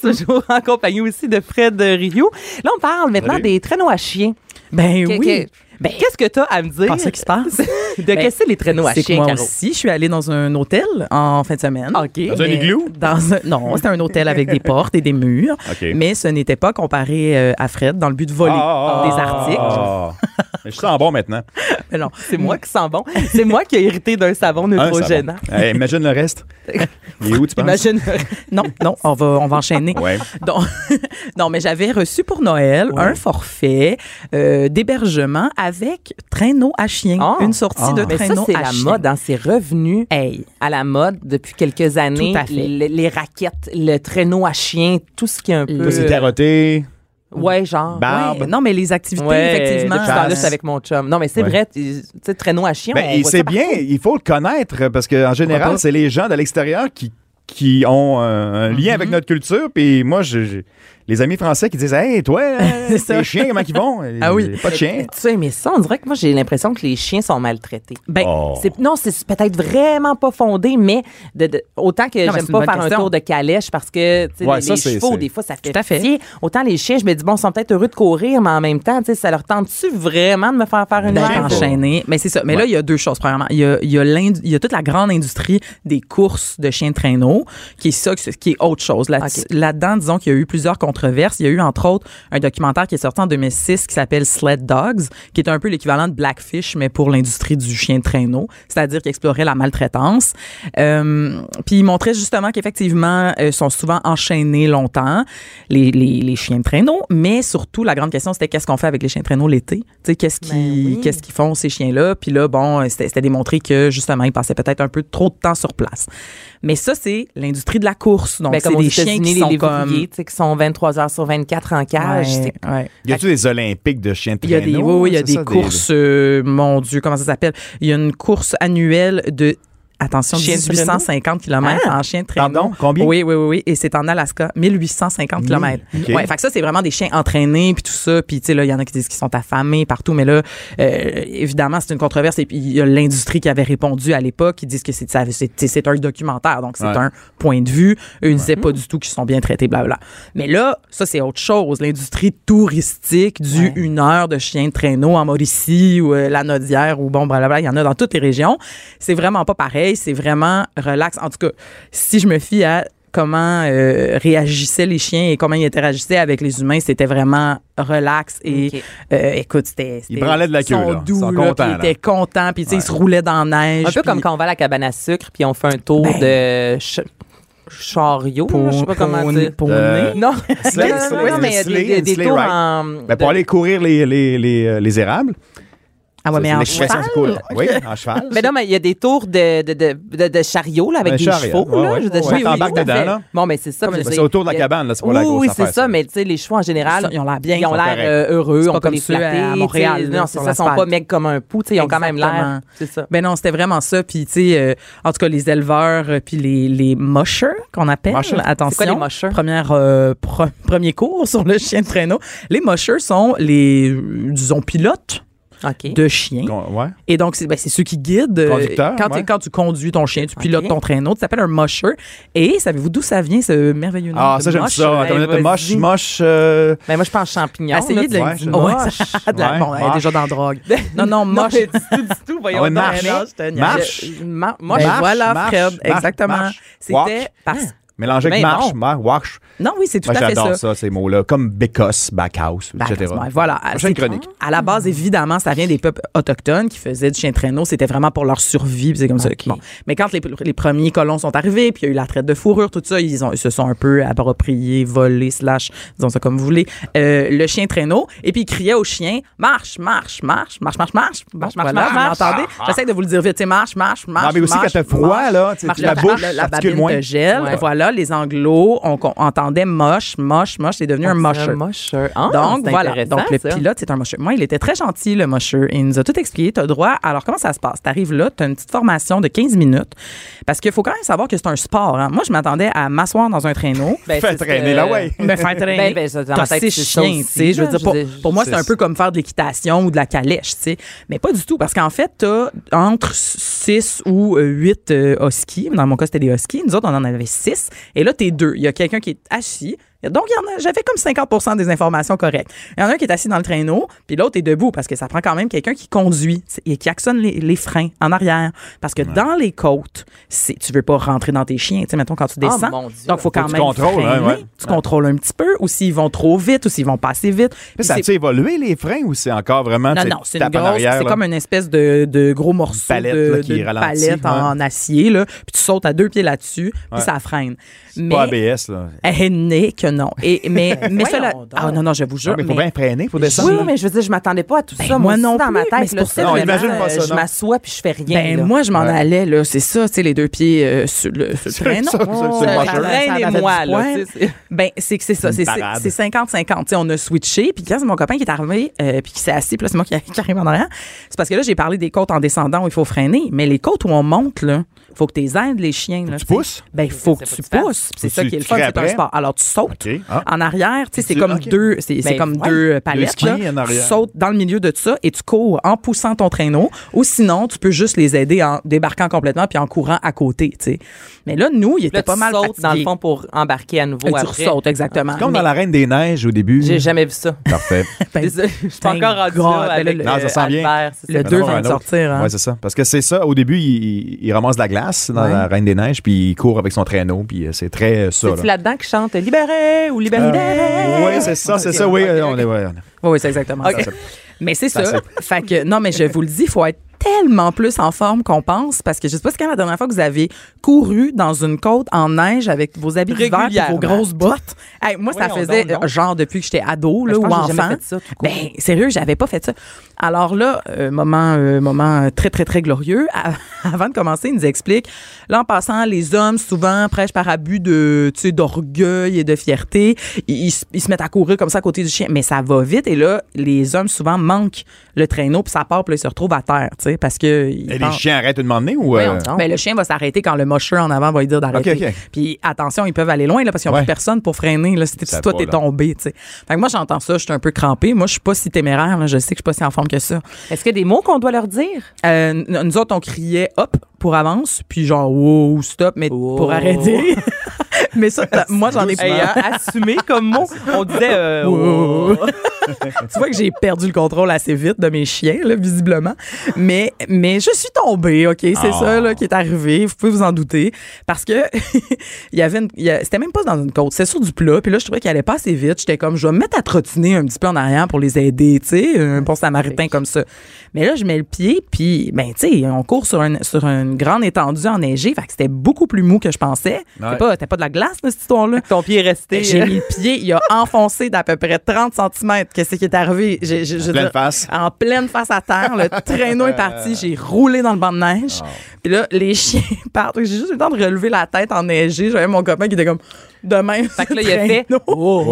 Toujours en compagnie aussi de Fred Rio. Là, on parle maintenant
Salut.
des traîneaux à chiens.
Ben
Que-
oui.
que- ben, qu'est-ce que tu as à me dire?
Par ce qui se passe.
De qu'est-ce que les traîneaux à
Ben, C'est que
chiens,
moi
Caro?
aussi, je suis allée dans un hôtel en fin de semaine.
OK.
Dans un
Mais
igloo?
dans un- non, c'était un hôtel avec des portes et des murs.
OK.
Mais ce n'était pas comparé euh, à Fred dans le but de voler
Ah,
des articles.
Mais je sens bon maintenant.
Mais non,
C'est moi qui sens bon. C'est moi qui ai hérité d'un savon
Un, ça va.
neutrogénant.
Hey, imagine le reste. Il est où, tu penses?
Imagine.
non, non, on va, on va enchaîner.
Ouais.
Donc, non, mais j'avais reçu pour Noël un forfait euh, d'hébergement avec traîneau à chien.
Ah.
une sortie de
Mais ça,
traîneau
c'est
à
la
chien.
mode. Hein, c'est revenu
Hey,
à la mode depuis quelques années.
à fait.
Le- les raquettes, le traîneau à chien, tout ce qui est un peu...
Toi, c'est taroté,
Ouais, genre...
barbe.
ouais, non, mais les activités,
Ouais,
effectivement. euh,
depuis ce temps-là,
Chasse.
je suis avec mon chum. Non, mais c'est
Ouais.
vrai, tu tu sais, traîneau à chien,
Ben,
on
il-
voit
c'est
ça partout.
bien, il faut le connaître euh, parce qu'en général,
pas?
c'est les gens de l'extérieur qui, qui ont euh, un lien
Mm-hmm.
avec notre culture. Puis moi, je- je- les amis français qui disent Hey, toi,
C'est
les
ça.
chiens, comment ils vont Euh,
Ah oui.
Pas de chien.
Tu sais, mais ça, on dirait que moi, j'ai l'impression que les chiens sont maltraités.
Ben,
Oh.
C'est- Non, c'est peut-être vraiment pas fondé, mais de- de- autant que
mais
j'aime
c'est une
pas
bonne
faire un
question.
tour de calèche parce que tu sais,
Ouais,
les,
ça,
les
c'est-
chevaux,
c'est-
des fois, ça fait,
Tout à fait.
pitié. Autant les chiens, je me dis, bon, ils sont peut-être heureux de courir, mais en même temps, tu sais, ça leur tente-tu vraiment de me faire faire une
d'être
heure?
enchaîné. Mais c'est ça. Mais là, il y a deux choses. Premièrement, il y a, il y a l'ind- il y a toute la grande industrie des courses de chiens de traîneau, qui est ça, qui est autre chose. Là-
Ok.
Là-dedans, disons qu'il y a eu plusieurs controverses. Il y a eu, entre autres, un documentaire qui est sorti en 2006 qui s'appelle Sled Dogs, qui est un peu l'équivalent de Blackfish, mais pour l'industrie du chien de traîneau, c'est-à-dire qui explorait la maltraitance. Euh, puis il montrait justement qu'effectivement, euh, sont souvent enchaînés longtemps, les, les, les chiens de traîneau, mais surtout, la grande question, c'était qu'est-ce qu'on fait avec les chiens de traîneau l'été? Tu sais, qu'est-ce qui,
Ben oui.
qu'est-ce qu'ils font ces chiens-là. Puis là, bon, euh, c'était c'était démontré que justement, ils passaient peut-être un peu trop de temps sur place. Mais ça, c'est l'industrie de la course. Donc,
Ben,
c'est
comme
des chiens qui
les,
sont
les
comme.
vivriers, tu sais, qui sont 23 heures sur 24 en cage.
Ouais,
c'est-
ouais.
Y a-tu des Olympiques de chiens de
Il y a des, oui,
traîneau?
oui, il y a
Ben C'est
des
ça,
courses, euh, mon Dieu, comment ça s'appelle? Il y a une course annuelle de, attention,
Chien de Ah! traîneau?
1850 km en chien de traîneau.
Pardon, combien?
Oui, oui, oui, oui. Et c'est en Alaska, 1850 km.
OK.
Ouais, fait que ça, c'est vraiment des chiens entraînés, puis tout ça. Puis, tu sais, là, il y en a qui disent qu'ils sont affamés partout, mais là, euh, évidemment, c'est une controverse. Et puis, il y a l'industrie qui avait répondu à l'époque, qui disent que c'est, ça- c'est, c'est- c'est un documentaire, donc c'est
Ouais.
un point de vue. Eux, ils disaient pas du tout qu'ils sont bien traités, blablabla. Mais là, ça, c'est autre chose. L'industrie touristique du une heure de chien de traîneau en Mauricie ou euh, la Nodière ou bon, blablabla, il y en a dans toutes les régions. C'est vraiment pas pareil, c'est vraiment relax. En tout cas, si je me fie à comment euh, réagissaient les chiens et comment ils interagissaient avec les humains, c'était vraiment relax et
Ok.
euh, écoute, c'était c'était-
Ils branlaient de la queue,
sont
là.
doux,
Ils sont
là,
contents,
puis
là.
ils étaient contents, puis tu sais, ils se roulaient dans la neige.
Un peu
puis-
comme quand on va à la cabane à sucre, puis on fait un tour
Ben.
de ch- chariot, là, je sais pas comment
Poney-
dire.
poney.
Euh,
Non, non,
Slay-
non,
slay-
non, non, mais
slay-
des, des, des
slay
tours
ride.
en...
Ben, pour
de-
aller courir les, les, les, euh, les érables.
Ah ouais,
Ça,
mais
c'est
en
l'expression
cheval?
du cours. Oui, en cheval.
Mais non, mais il y a des tours de, de, de, de, de chariot là, avec
Un
des
chariot,
chevaux.
ouais,
là,
ouais.
je veux dire,
Ouais,
oui, oui,
t'embarques
tout à
dedans,
fait.
là.
Bon, mais c'est ça. je veux
Ben,
dire,
c'est autour de la
il y a-
cabane, là, c'est pour la
Oui,
grosse
oui,
affaire,
c'est ça,
ça.
mais tu sais, les chevaux en général,
Ça, ils ont l'air bien,
Ils ont
ils sont
l'air
corrects.
euh, heureux,
C'est
on
pas
peut
comme
les
ceux à
flatter. tu sais,
Montréal, là,
Non,
sur
c'est ça, ils sont pas
l'asphalte.
maigres comme un pou, tu sais, ils ont quand même l'air.
Exactement.
C'est ça.
Ben non, c'était vraiment ça. Puis, tu sais, euh, en tout cas, les éleveurs, euh, puis les, les mushers qu'on appelle.
Mushers.
Attention.
C'est quoi les mushers?
Première, euh, pro- premier cours sur le chien de traîneau. Les mushers sont les, euh, disons, pilotes
OK.
de chiens.
Con- ouais.
Et donc, c'est ben, c'est ceux qui guident. euh,
Conducteur,
quand, t'es-
ouais.
quand tu conduis ton chien, tu pilotes
Ok.
ton traîneau, tu t'appelles un musher. Et savez-vous d'où ça vient, ce merveilleux nom?
Ah,
de
ça, j'aime
musher?
ça. Attends,
ben,
une minute, moche,
vas-y.
moche. euh,
Mais Ben, moi, je pense champignons.
Essayez
là,
de le
tu-
Ouais, je-
Ah ouais,
moche.
ça- ah, de la-
Ouais,
bon, elle est
moche.
déjà dans la drogue. non, non,
Non,
moche.
mais du tout, du tout, voyons.
Ah ouais,
donc,
marche.
mais-
Marche.
Je- ma- moi,
Ben
marche.
voilà,
marche,
Fred,
marche,
exactement.
marche.
C'était
Walk.
parce.
Mélanger avec
Ben
marche,
non.
marche, wash.
Non, oui, c'est tout
Moi,
à fait
j'adore
ça.
ça. ces mots-là. Comme bécosse, backhouse, etc.
Backhouse, ouais, Bah, voilà.
Prochaine
C'est-
chronique.
À la base, évidemment, ça vient des peuples autochtones qui faisaient du chien traîneau. C'était vraiment pour leur survie. puis C'est comme ça.
Ok.
Bon. Mais quand les, les premiers colons sont arrivés, puis il y a eu la traite de fourrure, tout ça, ils, ont, ils se sont un peu appropriés, volés, slash, disons ça comme vous voulez, euh, le chien traîneau. Et puis ils criaient au chien marche, marche, marche, marche, marche, marche, marche, marche,
marche,
marche.
marche.
Vous m'entendez? J'essaie de vous le dire vite. C'est marche, marche, marche.
Ah, Non, mais aussi
marche,
quand t'as froid,
marche,
là, tu sais,
marche,
la
le-
bouche
le- la
particule
babine
moins.
te gèle.
Ouais.
Voilà, les anglos, on, on entendait moche, moche, moche. C'est devenu un
Un
musher.
musher. Ah,
Donc
c'est
voilà.
intéressant,
Donc le
ça.
pilote, c'est un mocheur. Moi, il était très gentil, le mocheur. Il nous a tout expliqué. Tu as droit. Alors, comment ça se passe? Tu arrives là, tu as une petite formation de 15 minutes. Parce qu'il faut quand même savoir que c'est un sport. hein. Moi, je m'attendais à m'asseoir dans un traîneau.
Ben,
Fais
c'est ce
traîner
que-
la way.
me faire traîner.
Ben, ben, ça, dans ma
T'as
tête,
six
c'est ça
chiens,
aussi,
tu sais. Je veux
là,
dire,
je
pour,
veux dire,
pour moi,
c'est
c'est un peu comme faire de l'équitation ou de la calèche, tu sais. Mais pas du tout, parce qu'en fait, t'as entre 6 ou 8 huskies. Dans mon cas, c'était des huskies. Nous autres, on en avait 6. Et là, t'es deux. Il y a quelqu'un qui est assis. Donc, il y en a- j'avais comme 50 des informations correctes. Il y en a un qui est assis dans le traîneau, puis l'autre est debout, parce que ça prend quand même quelqu'un qui conduit c'est- et qui actionne les, les freins en arrière. Parce que dans les côtes, c'est- tu veux pas rentrer dans tes chiens. Tu sais, mettons, quand tu
Ah,
descends.
mon Dieu.
donc, faut
Faut
quand
que tu
même
contrôles, hein,
freiner.
ouais.
Tu contrôles un petit peu, ou s'ils vont trop vite, ou s'ils vont passer vite. Puis
Ça
c'est-
a-tu évolué les freins ou c'est encore vraiment.
non,
tu sais,
non, c'est une
tapes en
grosse,
arrière,
c'est
là?
comme une espèce de, de gros morceau
palette,
de,
là, qui
de
ralentit,
palette en,
ouais.
en acier, là, puis tu sautes à deux pieds là-dessus,
Ouais.
puis ça freine. Mais
Pas ABS, là.
eh, né que non. Et, mais mais cela,
Voyons donc.
ah non non, je vous jure.
Non, mais faut
mais-
bien freiner, faut
Oui,
descendre.
oui, mais je veux dire, je m'attendais pas à tout
Ben,
ça.
moi
aussi,
non
dans ma
plus,
tête,
mais c'est
là,
pour ça.
vraiment,
Non, imagine pas ça,
euh, Je
non.
m'assois puis je fais rien.
Ben,
là.
moi, je m'en
Ouais.
allais, là. C'est ça, tu sais, les deux pieds euh, sur le, sur le
Sur-
traîneau.
sur- sur- sur le
Ça-
washer.
ça- ça- ça- ça-
Traînez-moi, là,
Ouais.
tu sais, c'est-
Ben, c'est que c'est ça.
Une
C'est
parade.
c'est 50-50. Tu sais, on a switché. Puis quand c'est mon copain qui est arrivé, euh, puis qui s'est assis, puis là, c'est moi qui, qui arrive en arrière. C'est parce que là, j'ai parlé des côtes en descendant où il faut freiner. Mais les côtes où on monte, là, faut que tu aides les chiens. Là,
Tu
sais.
pousses?
Ben, faut que
C'est
tu
pas du
pousses. C'est
Faut
ça
que
qui est
tu
le fun. C'est un
crapes.
sport. Alors, tu sautes
OK. Ah.
en arrière. Tu sais, c'est
Tu-
comme
OK.
deux, c'est c'est
Ben,
comme
ouais.
deux euh, palettes.
skis
là.
en
Tu
arrière.
sautes dans le milieu de ça et tu cours en poussant ton traîneau. Ou sinon, tu peux juste les aider en débarquant complètement puis en courant à côté. tu sais. Mais là, nous, il
Là,
était pas
tu
mal
sautes dans le
fatigués.
fond pour embarquer à nouveau
Et tu
après.
ressautes, hein. exactement.
C'est comme
Mais-
dans la Reine des Neiges au début.
J'ai jamais vu ça.
Parfait.
Ben,
Désolée, Je suis pas
thank
encore rendu
God.
là avec
Ben
là, le-
euh,
Non, ça sent bien.
Albert, c'est
Le
ça.
deux
Non,
vient
un
de
autre.
sortir, hein.
Ouais, c'est ça. Parce que c'est ça. Au début, il, il- il ramasse de la glace dans
Ouais.
la Reine des Neiges, puis il court avec son traîneau, puis euh, c'est très euh, ça.
C'est-tu là-dedans qui chante Libéré ou Libéré?
oui, c'est ça, c'est ça. Oui, euh, on est. ouais, on est-
Oui, oui, c'est exactement
Euh, Ok.
ça. Mais c'est
Ça,
ça. Fait que, non, mais je vous le dis, il faut être tellement plus en forme qu'on pense parce que je sais pas si quand la dernière fois que vous avez couru dans une côte en neige avec vos habits d'hiver et vos
Régulièrement.
grosses bottes. Hey, moi, ça
Voyons
faisait
donc, non. Ben,
euh, genre depuis que j'étais ado là,
je
ou
pense que j'ai jamais
enfant.
fait ça, tout court.
Ben, sérieux, j'avais pas fait ça. Alors là, euh, moment, euh, moment euh, très, très, très glorieux. À- Avant de commencer, il nous explique, là, en passant, les hommes, souvent, prêchent par abus de, tu sais, d'orgueil et de fierté. Ils, ils se- ils se mettent à courir comme ça à côté du chien, mais ça va vite. Et là, les hommes, souvent, manquent le traîneau, puis ça part, puis là, ils se retrouvent à terre, tu sais, parce que... ils
Et les
pensent-
chiens arrêtent de demander ou. euh,
Voyons donc.
mais Ben, le chien va s'arrêter quand le mocheur en avant va lui dire d'arrêter.
Ok, ok.
Puis attention, ils peuvent aller loin là, parce qu'ils n'ont
Ouais.
plus personne pour freiner. Là, si t'es-
Ça
si toi,
va,
t'es
là.
tombé. tu sais. Fait que moi, j'entends ça, je suis un peu crampé. Moi, je suis pas si téméraire. là, Je sais que je suis pas si en forme que ça.
Est-ce qu'il y a des mots qu'on doit leur dire?
Euh, n- nous autres, on criait hop pour avance, puis genre wow, stop, mais
Wow.
pour arrêter. mais ça, t'as- moi, j'en ai
Hey,
pas.
hein, assumé comme mot, on disait... euh,
Wow. oh. tu vois que j'ai perdu le contrôle assez vite de mes chiens, là, visiblement. Mais, mais je suis tombée, OK? C'est
Ah.
ça là, qui est arrivé. Vous pouvez vous en douter. Parce que il y avait une. il y a- C'était même pas dans une côte. C'était sur du plat. Puis là, je trouvais qu'il allait pas assez vite. J'étais comme, je vais me mettre à trottiner un petit peu en arrière pour les aider, tu sais, un bon samaritain comme ça. Mais là, je mets le pied, puis, ben, tu sais, on court sur, un, sur une grande étendue enneigée. Fait que c'était beaucoup plus mou que je pensais. C'était
Ouais.
pas, c'était pas de la glace, là, cette histoire-là.
Ton pied est resté...
J'ai mis le pied, il a enfoncé d'à peu près 30 cm. Qu'est-ce qui est arrivé? J'ai- j'ai- je veux
pleine
dire,
face.
En pleine face à terre. Le traîneau est parti. J'ai roulé dans le banc de neige.
Ah.
Puis là, les chiens partent. J'ai juste eu le temps de relever la tête enneigée. J'avais mon copain qui était comme demain. Oh,
Fait que là, il a fait...
Oh,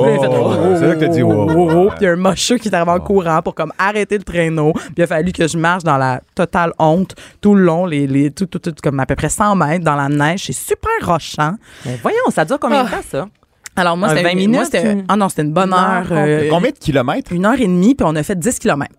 c'est là que t'as dit wow. Ah.
Puis il y a un mocheux qui est arrivé en courant pour comme arrêter le traîneau. Puis il a fallu que je marche dans la totale honte tout le long, les, les, tout, tout, tout, comme à peu près 100 mètres dans la neige. C'est super rochant.
Mais Ben, voyons, ça dure combien de
Ah.
temps, ça?
Alors moi,
Un
c'était
20
moi,
minutes,
c'était-
ou-
Ah non, c'était une bonne
Une heure
heure.
complète.
euh,
Combien de kilomètres?
une heure et demie, puis on a fait 10 km.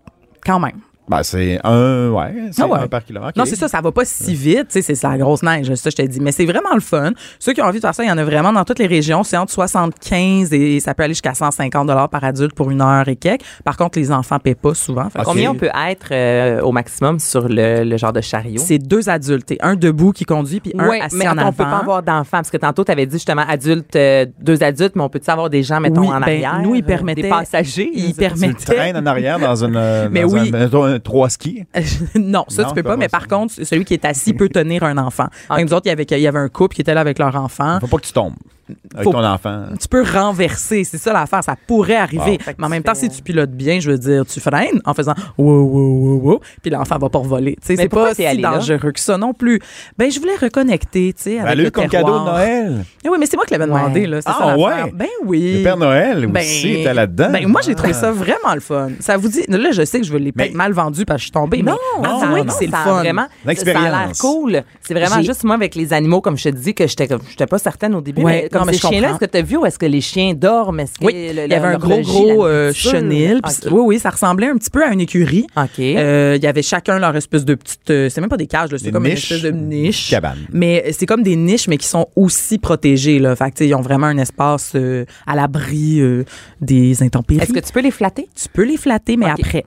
Quand même.
Ben, c'est un, ouais, c'est
Ah ouais.
un par kilomètre.
Non,
OK.
c'est ça, ça va pas si vite, tu sais, c'est c'est la grosse neige, ça je te dis. Mais c'est vraiment le fun. Ceux qui ont envie de faire ça, il y en a vraiment dans toutes les régions. C'est entre 75 et ça peut aller jusqu'à 150 dollars par adulte pour une heure et quelques. Par contre, les enfants paient pas souvent. Fait que
Ok.
Combien on peut être euh, au maximum sur le, le genre de chariot?
C'est deux adultes, et un debout qui conduit puis un
Ouais,
assis
mais
en
attends,
avant.
on peut pas avoir d'enfants parce que tantôt tu avais dit justement adultes, euh, deux adultes, mais on peut savoir des gens mettons
Oui,
en
ben,
arrière.
nous, ils
euh,
permettaient-
des passagers.
ils
Ils-
Tu le
permettaient
traînes en arrière dans une. euh,
Mais
dans
oui.
un- mettons, un trois skis.
non, ça,
Non,
tu peux
c'est
pas.
pas
Mais
ça.
par contre, celui qui est assis peut tenir un enfant. Par exemple, nous autres, il y avait, il y avait un couple qui était là avec leur enfant.
Faut pas que tu tombes avec
Faut-
ton enfant.
Tu peux renverser, c'est ça l'affaire, ça pourrait arriver.
Fait que
Mais en
tu
même temps,
fais-
si tu pilotes bien, je veux dire, tu freines en faisant wow, wow, wow, wow, puis l'enfant va pas voler. Tu sais,
Mais
c'est
pourquoi
pas
t'es
si
allée là?
dangereux que ça non plus. Ben, je voulais reconnecter, tu sais, avec
Ben, lui,
le
comme
terroir.
cadeau de Noël.
Eh oui, mais c'est moi qui l'avais demandé,
Ouais.
là. c'est
Ah,
ça, l'affaire.
ouais?
Ben oui.
Le Père Noël aussi était là-dedans.
Ben, moi, j'ai trouvé
Ah.
ça vraiment le fun. Ça vous dit, là, je sais que je l'ai peut-être
Mais-
mal vendu parce que je suis tombée,
Non,
mais
non,
avouez
non,
que ah, c'est le
ça a
fun.
Vraiment, ça a
L'expérience.
l'air cool. C'est vraiment
J'ai-
juste moi avec les animaux, comme je te dis, que j'étais, comme- j'étais pas certaine au début.
Ouais,
mais comme
non, mais
ces
je
chiens-là, est-ce
comprends.
que tu as vu ou est-ce que les chiens dorment? Est-ce que
Oui,
le-
il y
le-
avait un
leur
gros,
logis,
gros
la
euh,
nourriture?
chenil. puis
Ok.
Oui, oui, ça ressemblait un petit peu à une écurie.
OK.
Euh, Il y avait chacun leur espèce de petite. euh, c'est même pas des cages, là, c'est
Des
comme
niches,
une espèce de niche.
cabane.
Mais euh, c'est comme des niches, mais qui sont aussi protégées. Là. Fait que, tu sais, ils ont vraiment un espace euh, à l'abri euh, des intempéries.
Est-ce que tu peux les flatter?
tu peux les flatter, mais
Ok.
après.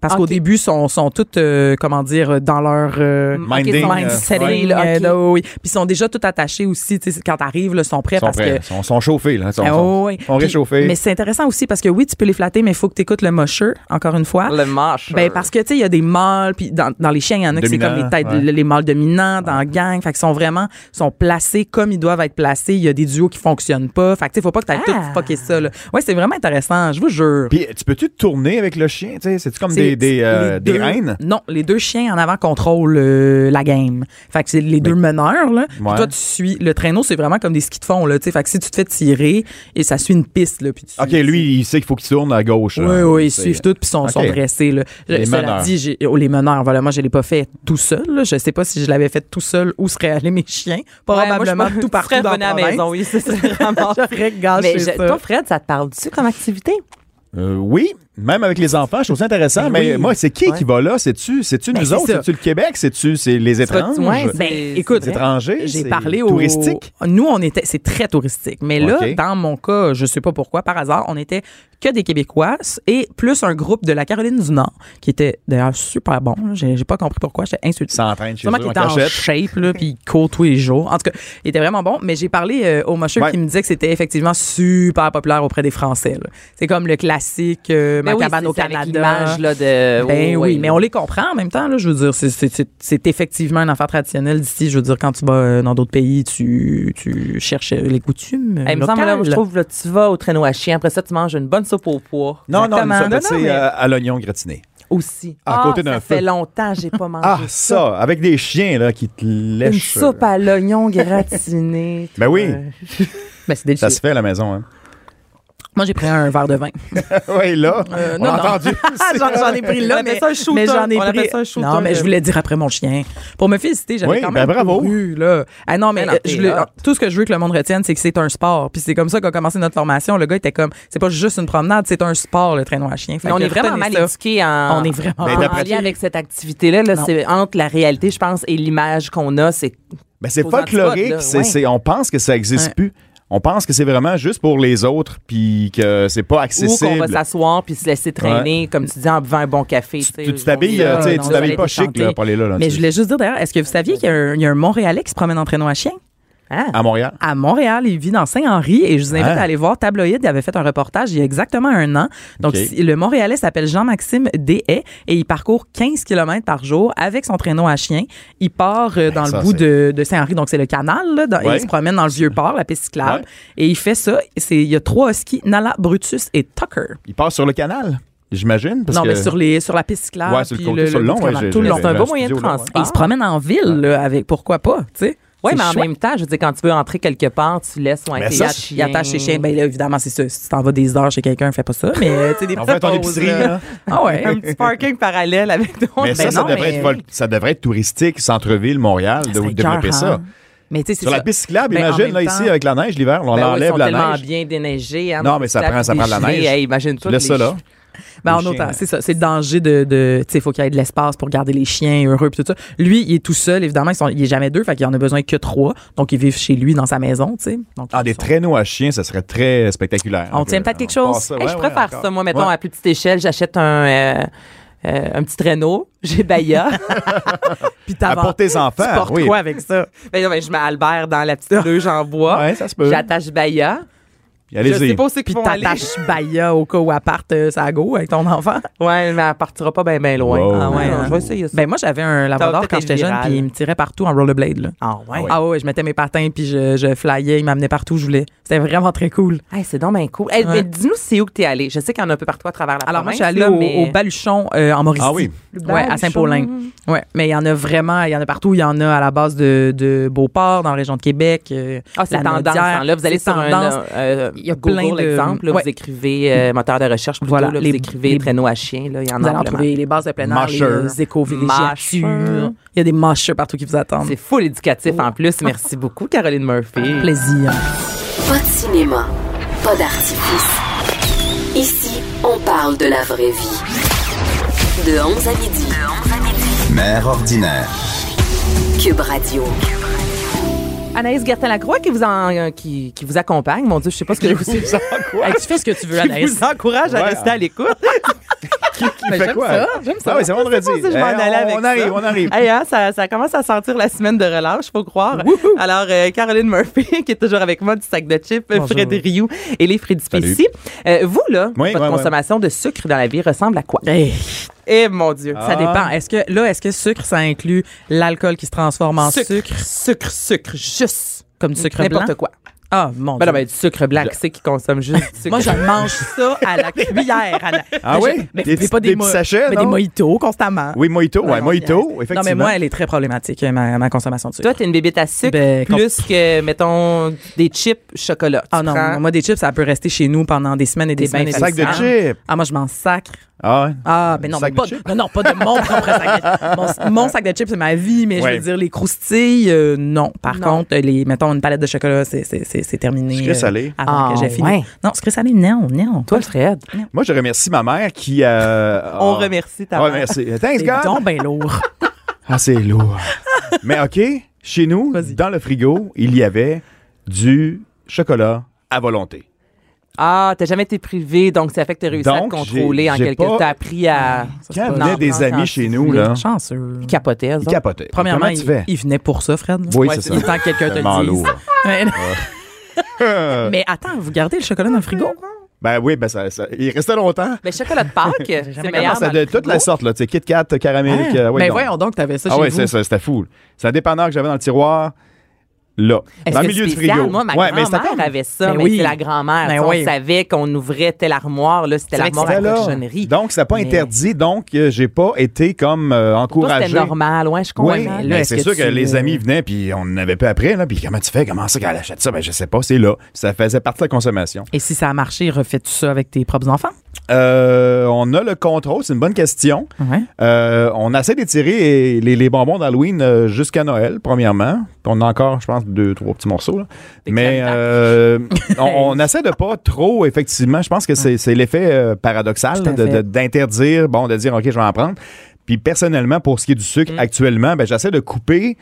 Parce
Ok.
qu'au début, sont sont toutes, euh, comment dire, dans leur euh,
Mm,
Minding.
ok,
euh,
mindset.
ouais.
là,
ouais.
là, oui. Puis ils sont déjà toutes attachés aussi. tu sais, Quand t'arrives, là, ils sont prêts
Ils sont
parce
prêts.
que.
Ils sont, sont chauffés, là. Ils sont,
Ah,
sont-
ouais.
ils sont
Puis-
réchauffés.
Mais c'est intéressant aussi parce que oui, tu peux les flatter, mais il faut que tu écoutes le mosher, encore une fois.
Le mâche.
Ben parce que tu sais il y a des mâles puis dans, dans les chiens il y en a qui c'est comme
Dominants,
les têtes
ouais.
les, les mâles dominants dans la gang fait qu'ils sont vraiment sont placés comme ils doivent être placés il y a des duos qui fonctionnent pas fait que tu sais faut pas que tu
Ah.
tout fucker ça là. Ouais, c'est vraiment intéressant, je vous jure.
Puis tu peux-tu te tourner avec le chien? tu sais? C'est-tu comme
C'est-
des, des, euh,
les
des
deux-
reines?
Non, les deux chiens en avant contrôlent euh, la game. Fait que c'est les deux meneurs là. Puis
Ouais.
toi tu suis le traîneau, c'est vraiment comme des skis de fond là, tu sais. Fait que si tu te fais tirer et ça suit une piste là puis tu-
OK, lui, il sait qu'il faut qu'il tourne à gauche.
Oui,
là.
oui, ils
C'est-
suivent tout puis sont, sont
OK.
dressés. Là.
Les
Cela
meneurs.
dit, j'ai- oh, les meneurs, voilà, moi, je ne l'ai pas fait tout seul. là. Je ne sais pas si je l'avais fait tout seul, où seraient allés mes chiens. Probablement tout partout dans
à
la
la
province.
maison, oui, c'est vraiment...
J'aurais gâché
Mais
ça.
je- toi, Fred, ça te parle-tu comme activité?
Euh, oui, même avec les enfants, je trouve ça intéressant.
Ben
mais
oui.
moi, c'est qui
Ouais.
qui va là? C'est-tu c'est-tu
Ben,
nous
c'est
autres?
ça.
C'est-tu le Québec? C'est-tu c'est les étranges?
ouais,
Les
c'est-
Ben, écoute,
c'est vrai.
étrangers?
j'ai
C'est
parlé au
Touristique?
Nous, on était, c'est très touristique. Mais là,
OK.
dans mon cas, je sais pas pourquoi, par hasard, on était que des Québécoises et plus un groupe de la Caroline du Nord, qui était d'ailleurs super bon. là. J'ai j'ai pas compris pourquoi, j'étais insultée.
S'entraîne chez eux
Sûrement qu'il
en
était en
cachette.
shape, là, puis il court tous les jours. En tout cas, il était vraiment bon, mais j'ai parlé euh, au mocheux
Ouais.
qui me disait que c'était effectivement super populaire auprès des Français. là. C'est comme le classique euh, Ma
Ben oui,
cabane
c'est-
au
c'est avec
Canada.
l'image, là, de...
Ben oui,
Oh,
mais on les comprend en même temps. Là, je veux dire, c'est- c'est- c'est c'est effectivement un enfant traditionnel d'ici. Je veux dire, quand tu vas euh, dans d'autres pays, tu, tu cherches euh, les coutumes. euh,
Eh, il me semble, là,
locales.
je trouve, là, tu vas au traîneau à chien. Après ça, tu manges une bonne soupe au poids.
Non, non,
Exactement.
une
Non,
sorte
non,
c'est euh,
mais-
à l'oignon gratiné.
Aussi.
À
Ah,
côté d'un
ça
feu.
fait longtemps que j'ai pas mangé
Ah, ça! Avec des chiens là, qui te
Une
lèchent. euh.
soupe à l'oignon gratiné.
Ben oui,
Ben, c'est
ça
délicieux.
se fait à la maison. Hein.
Moi, j'ai pris un verre de vin.
oui, là, on
Euh, non,
a
non.
entendu.
Ah, j'en, j'en ai pris
On
là,
appelle
mais,
ça un shooter.
mais j'en ai
On appelle
pris.
ça un shooter.
non, mais je voulais dire après mon chien. Pour me féliciter, j'avais
Oui,
quand
ben
même
bravo.
couru, là. Ah non, mais
Ben non,
euh, je
t'es
voulais-
hot.
tout ce que je veux que le monde retienne, c'est que c'est un sport. Puis c'est comme ça qu'a commencé notre formation. Le gars était comme, c'est pas juste une promenade, c'est un sport, le traîneau à chien. Fait
Mais on
que
est vraiment
retenez
mal
ça.
éduqués en,
On est vraiment
Ben,
en- en
d'après-
lien avec cette activité-là. là,
Non.
c'est entre la réalité, je pense, et l'image qu'on a. C'est
Ben, c'est
Aux
folklorique.
antipodes, là,
c'est-
ouais.
c'est- on pense que ça n'existe
Ouais.
plus. On pense que c'est vraiment juste pour les autres, puis que c'est pas
où qu'on va
accessible.
s'asseoir puis se laisser traîner, comme tu dis, en buvant un bon café.
Tu- tu t'habilles, euh, tu sais,
non,
tu
non,
t'habilles
j'allais
pas
te
chic
chanter.
là, pour aller là. là,
Mais
tu-
je voulais juste dire d'ailleurs, est-ce que vous saviez qu'il y a un, il y a un Montréalais qui se promène en traîneau à chien?
Ah.
À Montréal.
à Montréal. Il vit dans Saint-Henri et je vous invite à
Ah.
aller voir Tabloïd. Il avait fait un reportage il y a exactement un an. Donc,
Ok.
si- le Montréalais s'appelle Jean-Maxime Deshaies et il parcourt 15 km par jour avec son traîneau à chien. Il part euh, dans
Ben, ça,
le bout
c'est-
de, de Saint-Henri, donc c'est le canal. Là, dans- et
Ouais.
il se promène dans le vieux port, la piste cyclable.
Ouais.
Et il fait ça. C'est- Il y a trois skis, Nala, Brutus et Tucker.
Il passe sur le canal, j'imagine. parce
non,
que-
mais sur, les, sur la piste cyclable.
Ouais, sur le
puis
côté, sur le long.
bout de
ouais,
canal,
j'ai-
tout le
j'ai-
long.
j'ai
C'est un
un
beau moyen de
studio, là, ouais. Ah.
transport.
Et il se promène en ville là, avec pourquoi pas, tu sais.
Oui,
C'est
mais en
chouette.
même temps, je veux dire, quand tu veux entrer quelque part, tu laisses soin
Mais
tes
ça,
Il y a attache chez chien. Ben là, évidemment, c'est ça. Si tu t'en vas des heures chez quelqu'un, fais pas ça. Mais euh, tu sais, des
On va à
petites
ton
pauses,
épicerie,
là.
là.
Ah ouais.
un petit parking parallèle avec ton
Mais ça,
Ben
ça,
non,
devrait
mais- Ah,
être, vol- ça devrait être touristique, centreville, Montréal, de
serait
de développer
cœur,
ça.
hein. Mais tu sais, c'est
Sur la
ça.
piste cyclable,
Ben, en
imagine,
même
là,
temps-
ici, avec la neige, l'hiver, on
Ben oui, ils
enlève
sont
la
tellement
neige.
bien déneigés. hein,
Non,
dans
mais
les
ça
plages
prend- ça prend la
dégelées.
neige.
Hey, Imagine-toi.
Tu laisses
les
ça là.
ch-
Ben,
Les
en autant,
chiens,
c'est ça. C'est le danger de. de tu sais, il faut qu'il y ait de l'espace pour garder les chiens heureux, puis tout ça. Lui, il est tout seul, évidemment. Ils sont, il est jamais deux, fait qu'il en a besoin que trois. Donc, ils vivent chez lui, dans sa maison, tu sais. Donc,
Ah,
ils
des
sont-
traîneaux à chiens, ça serait très spectaculaire.
On
Un
tient
peu.
peut-être quelque
On
chose.
passe ça,
Hey,
ouais,
je
ouais,
préfère
encore.
ça, moi, mettons,
Ouais.
à plus petite échelle, j'achète un, euh, euh, un petit traîneau, j'ai Baya.
Puis
Ah,
t'avances.
pour tes enfants,
Tu portes
oui.
quoi avec ça?
ben, non, ben, je mets Albert dans la petite bleue, j'en bois.
Ouais, ça se peut.
J'attache Baya.
Puis Allez-y.
Je sais pas où c'est
Puis
qu'ils vont aller.
t'attaches Baya au cas où elle parte euh, sa go avec ton enfant?
Ouais, mais elle partira pas bien ben loin.
Wow.
Ah ouais,
Ouais.
je vais essayer ça.
Ben moi j'avais un labrador
peut-être
quand j'étais
être
jeune
viral.
puis il me tirait partout en rollerblade là.
ah ouais.
Ah ouais, je mettais mes patins puis je, je flyais, il m'amenait partout où je voulais. C'était vraiment très cool.
Hey, c'est donc bien cool. Hey,
Ouais.
mais dis-nous c'est où que t'es allé. Je sais qu'il y en a un peu partout à travers la
Alors moi je
province.
suis allée
là,
au,
mais-
au Baluchon euh, en Mauricie.
Ah oui.
Ouais, à Saint-Paulin. Ouais, mais il y en a vraiment, il y en a partout, il y en a à la base de, de Beauport dans la région de Québec. euh,
Ah, c'est
la
tendance.
Naudière.
hein. Là, vous allez
C'est
sur
tendance.
un euh,
Il y a
Google,
plein de-
exemple. là,
ouais.
Vous écrivez euh, moteur de recherche plutôt.
Voilà,
là, vous
les-
écrivez
les-
traîneau à chien. Là, il y en
Vous allez
a
en trouver les bases de plein air, les,
Mâcheurs.
euh, écovillagiatures.
Mâcheurs.
Il y a des mâcheurs partout qui vous attendent.
C'est full éducatif en plus. Merci beaucoup, Caroline Murphy.
plaisir.
Pas de cinéma, pas d'artifice. Ici, on parle de la vraie vie. De 11 à midi.
Mère ordinaire.
Cube Radio.
Anaïs Gertin-Lacroix qui vous, en- euh, qui, qui vous accompagne. Mon Dieu, je sais pas ce que je vous
Ça quoi?
Hey, tu fais ce que tu veux,
Je
Anaïs.
vous encourage à
Ouais.
rester à l'écoute.
Qui fait quoi?
J'aime ça.
Ah oui, c'est vendredi.
Je sais pas si je m'en
Hey,
allais
on-
avec
on arrive,
ça.
on arrive.
Hey, hein, ça, ça commence à sentir la semaine de relâche, faut croire. Alors, euh, Caroline Murphy, qui est toujours avec moi du sac de chips,
Bonjour.
Fred Rioux et les Freddy Pessi. Euh, vous, là,
Oui,
votre
ouais, ouais.
consommation de sucre dans la vie ressemble à quoi?
Hey,
Eh mon Dieu.
Ah.
Ça dépend. Est-ce que là, est-ce que sucre, ça inclut l'alcool qui se transforme en sucre,
Sucre, sucre, sucre, juste.
comme du sucre blanc
N'importe quoi.
Ah mon
Ben
dieu.
non, ben, du sucre blanc, qui c'est qui consomme juste du sucre?
moi, je mange ça à la cuillère. à la- Ben,
Ah
je-
oui?
ben,
Des
mais pas
petits- des
mo-
petits sachets,
mais
non?
des mojitos constamment.
Oui, Mojito. Ouais,
Non, non,
Mojito, effectivement.
Non, mais moi, elle est très problématique, ma, ma consommation de sucre.
Toi, t'es une bébête à sucre
Ben, com-
plus que, mettons, des chips chocolat. Tu
Ah non,
prends-
moi, des chips, ça peut rester chez nous pendant des semaines et des
T'es
semaines.
bien
et des
Sac de
semaines.
chips.
Ah, moi, je m'en sacre.
Ah ouais.
Ah, ben non,
Sac
mais
de
pas,
chips?
non, non, pas de mon propre sac de chips. Mon, mon sac de chips, c'est ma vie, mais je
Ouais.
veux dire, les croustilles, euh, non. Par
Non.
contre, les, mettons, une palette de chocolat, c'est, c'est, c'est, c'est terminé. euh,
Sucré salé.
Avant
Ah,
que j'ai fini.
ouais.
Non, sucré salé, non, non.
Toi, Fred.
Moi, je remercie ma mère qui. euh,
On
a-
remercie ta
Ouais,
mère.
merci. Thanks,
c'est
God.
donc ben lourd.
Ah, c'est lourd. Mais OK, chez nous, dans le frigo, il y avait du chocolat à volonté.
Ah, t'as jamais été privé, donc ça fait que t'as réussi à te
Donc,
contrôler
j'ai-
en
j'ai
quelque
pas-
T'as appris à
Quand
pas-
venaient
non,
des
non, quand
amis chez
tu
nous, là,
Chanceux.
capotais. eux
ils
autres.
capotaient.
Premièrement,
Comment tu
il,
fais?
il venait pour ça, Fred. là.
Oui,
Ouais,
c'est
c'est
ça.
Le temps que quelqu'un te
Tellement
le dise.
lourd.
Ouais, non. mais attends, vous gardez le chocolat dans le frigo?
Ben oui, ben ça, ça- il restait longtemps.
Mais chocolat de Pâques, c'est
jamais
Ah,
meilleur.
ça
dans le
de toute
frigo.
la sorte, là, tu sais, Kit Kat,
Ah,
caramel.
Mais
que- ouais,
ben
donc.
voyons donc, t'avais ça
Ah
chez
oui,
vous.
c'est ça, c'était fou. C'est un dépanneur que j'avais dans le tiroir, là,
Est-ce
dans le
que
milieu
c'est
du
spécial?
frigo.
Moi, ma
ouais, mais c'était
grand-mère
comme-
avait ça,
Ben
mais
oui.
c'est la grand-mère.
Ben
Tu sais,
oui.
On savait qu'on ouvrait telle armoire, là, c'était
C'est vrai que
l'armoire à
c'était
la
là.
cochonnerie.
Donc, c'est pas
Mais-
interdit. Donc, euh, j'ai pas été comme
Pour
euh,
toi,
encouragé.
c'était normal, ouais, je comprends.
Oui,
Mais là,
mais
est-ce
c'est sûr que,
tu-
les amis venaient, puis on n'avait pas après, là, puis comment tu fais, comment ça qu'elle achète ça, ben je sais pas, c'est là. Ça faisait partie de la consommation.
Et si ça a marché, refais-tu ça avec tes propres enfants?
Euh, on a le contrôle, c'est une bonne question.
Ouais.
Euh, on essaie d'étirer les, les bonbons d'Halloween euh, jusqu'à Noël, premièrement. Puis on a encore, je pense, deux, trois petits morceaux. là. Mais euh, on, on essaie de pas trop, effectivement. Je pense que c'est c'est l'effet euh, paradoxal
Tout à
de- de-
fait.
d'interdire, bon, de dire, OK, je vais en prendre. Puis personnellement, pour ce qui est du sucre, actuellement, ben, j'essaie de couper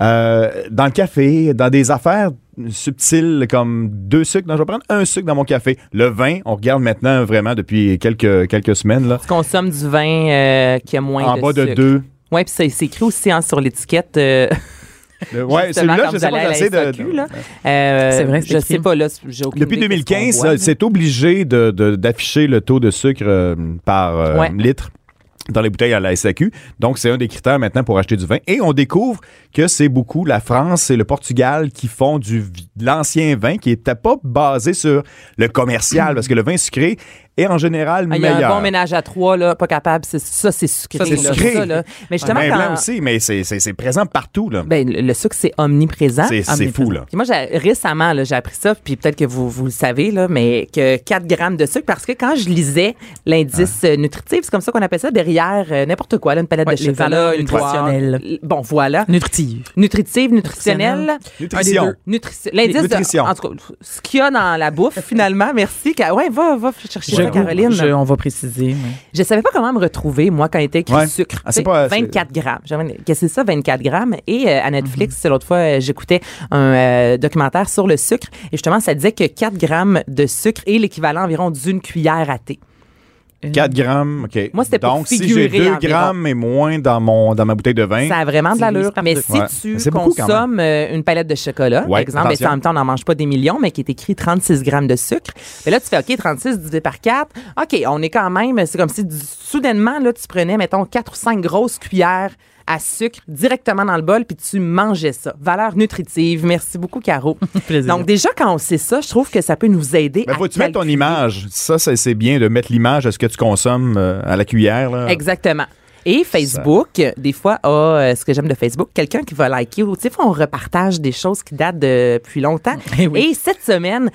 euh, dans le café, dans des affaires subtiles comme deux sucres. Non, je vais prendre un sucre dans mon café. Le vin, on regarde maintenant vraiment depuis quelques, quelques semaines, là,
Tu consommes du vin euh, qui a moins
en
de
bas de
sucre.
deux.
Oui, puis c'est c'est écrit aussi hein, sur l'étiquette. euh,
Le- ouais,
justement,
celui-là,
quand
je
vous
sais
allez à
pas,
la
j'essaie de.
SAQ, là. Euh,
C'est vrai, c'est
Je
écrit.
sais pas, là, j'ai aucune
Depuis
idée de ce qu'on
2015,
voit.
euh, c'est obligé de- de- d'afficher le taux de sucre euh, par euh,
Ouais.
litre dans les bouteilles à la SAQ. Donc, c'est un des critères maintenant pour acheter du vin. Et on découvre que c'est beaucoup la France et le Portugal qui font du vi- de l'ancien vin qui n'était pas basé sur le commercial, parce que le vin sucré est en général
Ah, Il y a
meilleur.
un bon ménage à trois, là, pas capable. c'est- Ça, c'est sucré.
Ça, c'est
là,
sucré.
ça, là. Mais
Le
justement,
vin
quand-
blanc aussi, mais c'est- c'est c'est présent partout. là.
ben, le le sucre, c'est omniprésent.
C'est c'est
omniprésent.
fou, là.
Puis moi, j'ai- récemment, là, j'ai appris ça, puis peut-être que vous, vous le savez, là, mais que 4 grammes de sucre, parce que quand je lisais l'indice
Hein?
euh, nutritif, c'est comme ça qu'on appelle ça, derrière euh, n'importe quoi, là, une palette
Ouais,
de
les
chocolat,
valeurs
une boire.
nutritionnelles.
Bon, voilà.
Nutritive.
Nutritive, nutritionnelle.
Nutrition.
Nutrition. L'indice de-
Nutrition.
En tout cas, ce qu'il y a dans la bouffe, finalement. Merci. Ka- Ouais, va, va chercher.
Je
ça, Caroline.
Je- on va préciser. mais-
Je savais pas comment me retrouver, moi, quand était écrit
Ouais.
sucre.
Ah,
Tu
c'est
sais,
pas- c'est-
24 grammes. J'avais- Qu'est-ce que c'est ça, 24 grammes? Et euh, à
Mhm.
Netflix, c'est l'autre fois, euh, j'écoutais un euh, documentaire sur le sucre. Et justement, ça disait que 4 grammes de sucre est l'équivalent environ d'une cuillère à thé.
4 grammes, OK.
Moi, c'était pour
Donc, si
figurer
j'ai 2
environ.
grammes et moins dans, mon, dans ma bouteille de vin,
Ça a vraiment de
C'est
l'allure.
par
Mais
deux.
si
Ouais.
tu
C'est beaucoup quand
consommes euh, une palette de chocolat, par
Ouais,
exemple, ben,
attention.
ça, en même temps, on n'en mange pas des millions, mais qui est écrit 36 grammes de sucre, mais là, tu fais OK, 36 divisé par 4. OK, on est quand même, c'est comme si du- soudainement, là, tu prenais, mettons, 4 ou 5 grosses cuillères à sucre directement dans le bol, puis tu mangeais ça. Valeur nutritive. Merci beaucoup, Caro.
Plaisir.
Donc, déjà, quand on sait ça, je trouve que ça peut nous aider
ben,
à
faut que tu mettes ton
calculer.
image. Ça, ça, c'est bien de mettre l'image de ce que tu consommes euh, à la cuillère. Là.
Exactement. Et Facebook, euh, des fois, a euh, ce que j'aime de Facebook, quelqu'un qui va liker ou, tu sais, on repartage des choses qui datent depuis longtemps.
Eh oui.
Et cette semaine,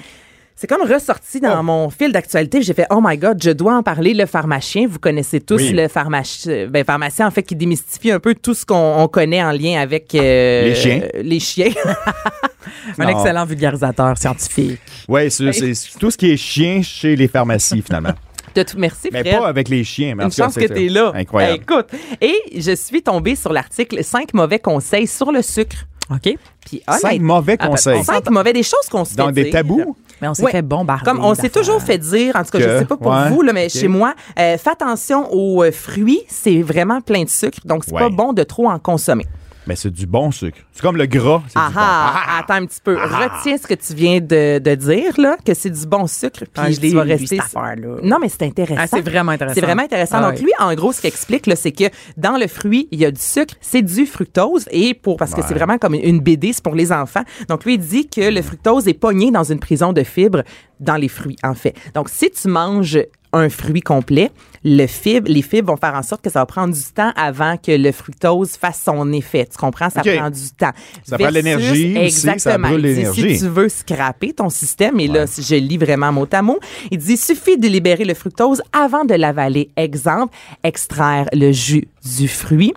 c'est comme ressorti
Oh.
dans mon fil d'actualité. J'ai fait, oh my God, je dois en parler. Le pharmacien, vous connaissez tous
Oui.
le pharmacien, ben, pharmacien, en fait, qui démystifie un peu tout ce qu'on on connaît en lien avec euh,
Les chiens.
euh, les chiens.
Un
Non.
excellent vulgarisateur scientifique.
Oui, c'est c'est tout ce qui est chien chez les pharmacies, finalement.
De tout- Merci,
mais
Fred.
pas avec les chiens. Mais en
Une
tout cas,
chance que
c'est-
t'es là. Ben,
Incroyable.
Écoute, et je suis tombée sur l'article 5 mauvais conseils sur le sucre.
OK?
Puis,
Cinq
honnêtement,
mauvais conseils.
Cinq mauvais, des choses qu'on se fait
Dans des
dire.
tabous.
Mais on s'est
Ouais.
fait bombarder.
Comme on s'est
d'affaires.
toujours fait dire, en tout cas, je
Que-
sais pas pour
ouais,
vous, là, mais
ok.
chez moi, euh, fais attention aux euh, fruits, c'est vraiment plein de sucre, donc c'est pas
Ouais.
bon de trop en consommer.
Mais c'est du bon sucre. C'est comme le gras. c'est du
Ah
bon.
ah, attends un petit peu. Retiens ce que tu viens de, de dire, là, que c'est du bon sucre, puis
Ah, je l'ai
tu vas
lu,
rester.
cette affaire-là.
Non, mais c'est intéressant.
Ah, c'est vraiment intéressant.
C'est vraiment intéressant.
Ah
Donc,
ouais.
lui, en gros, ce qu'il explique, là, c'est que dans le fruit, il y a du sucre, c'est du fructose, et pour, parce que c'est vraiment comme une BD, c'est pour les enfants. Donc, lui, il dit que le fructose est pogné dans une prison de fibres dans les fruits, en fait. Donc, si tu manges un fruit complet, le fibre, les fibres vont faire en sorte que ça va prendre du temps avant que le fructose fasse son effet. Tu comprends? Ça
OK.
prend du temps.
Ça prend de
Versus-
l'énergie aussi, ça
Exactement.
brûle
Il dit,
l'énergie.
Si tu veux scraper ton système, et là, si je lis vraiment mot à mot, il dit, suffit de libérer le fructose avant de l'avaler. Exemple, extraire le jus du fruit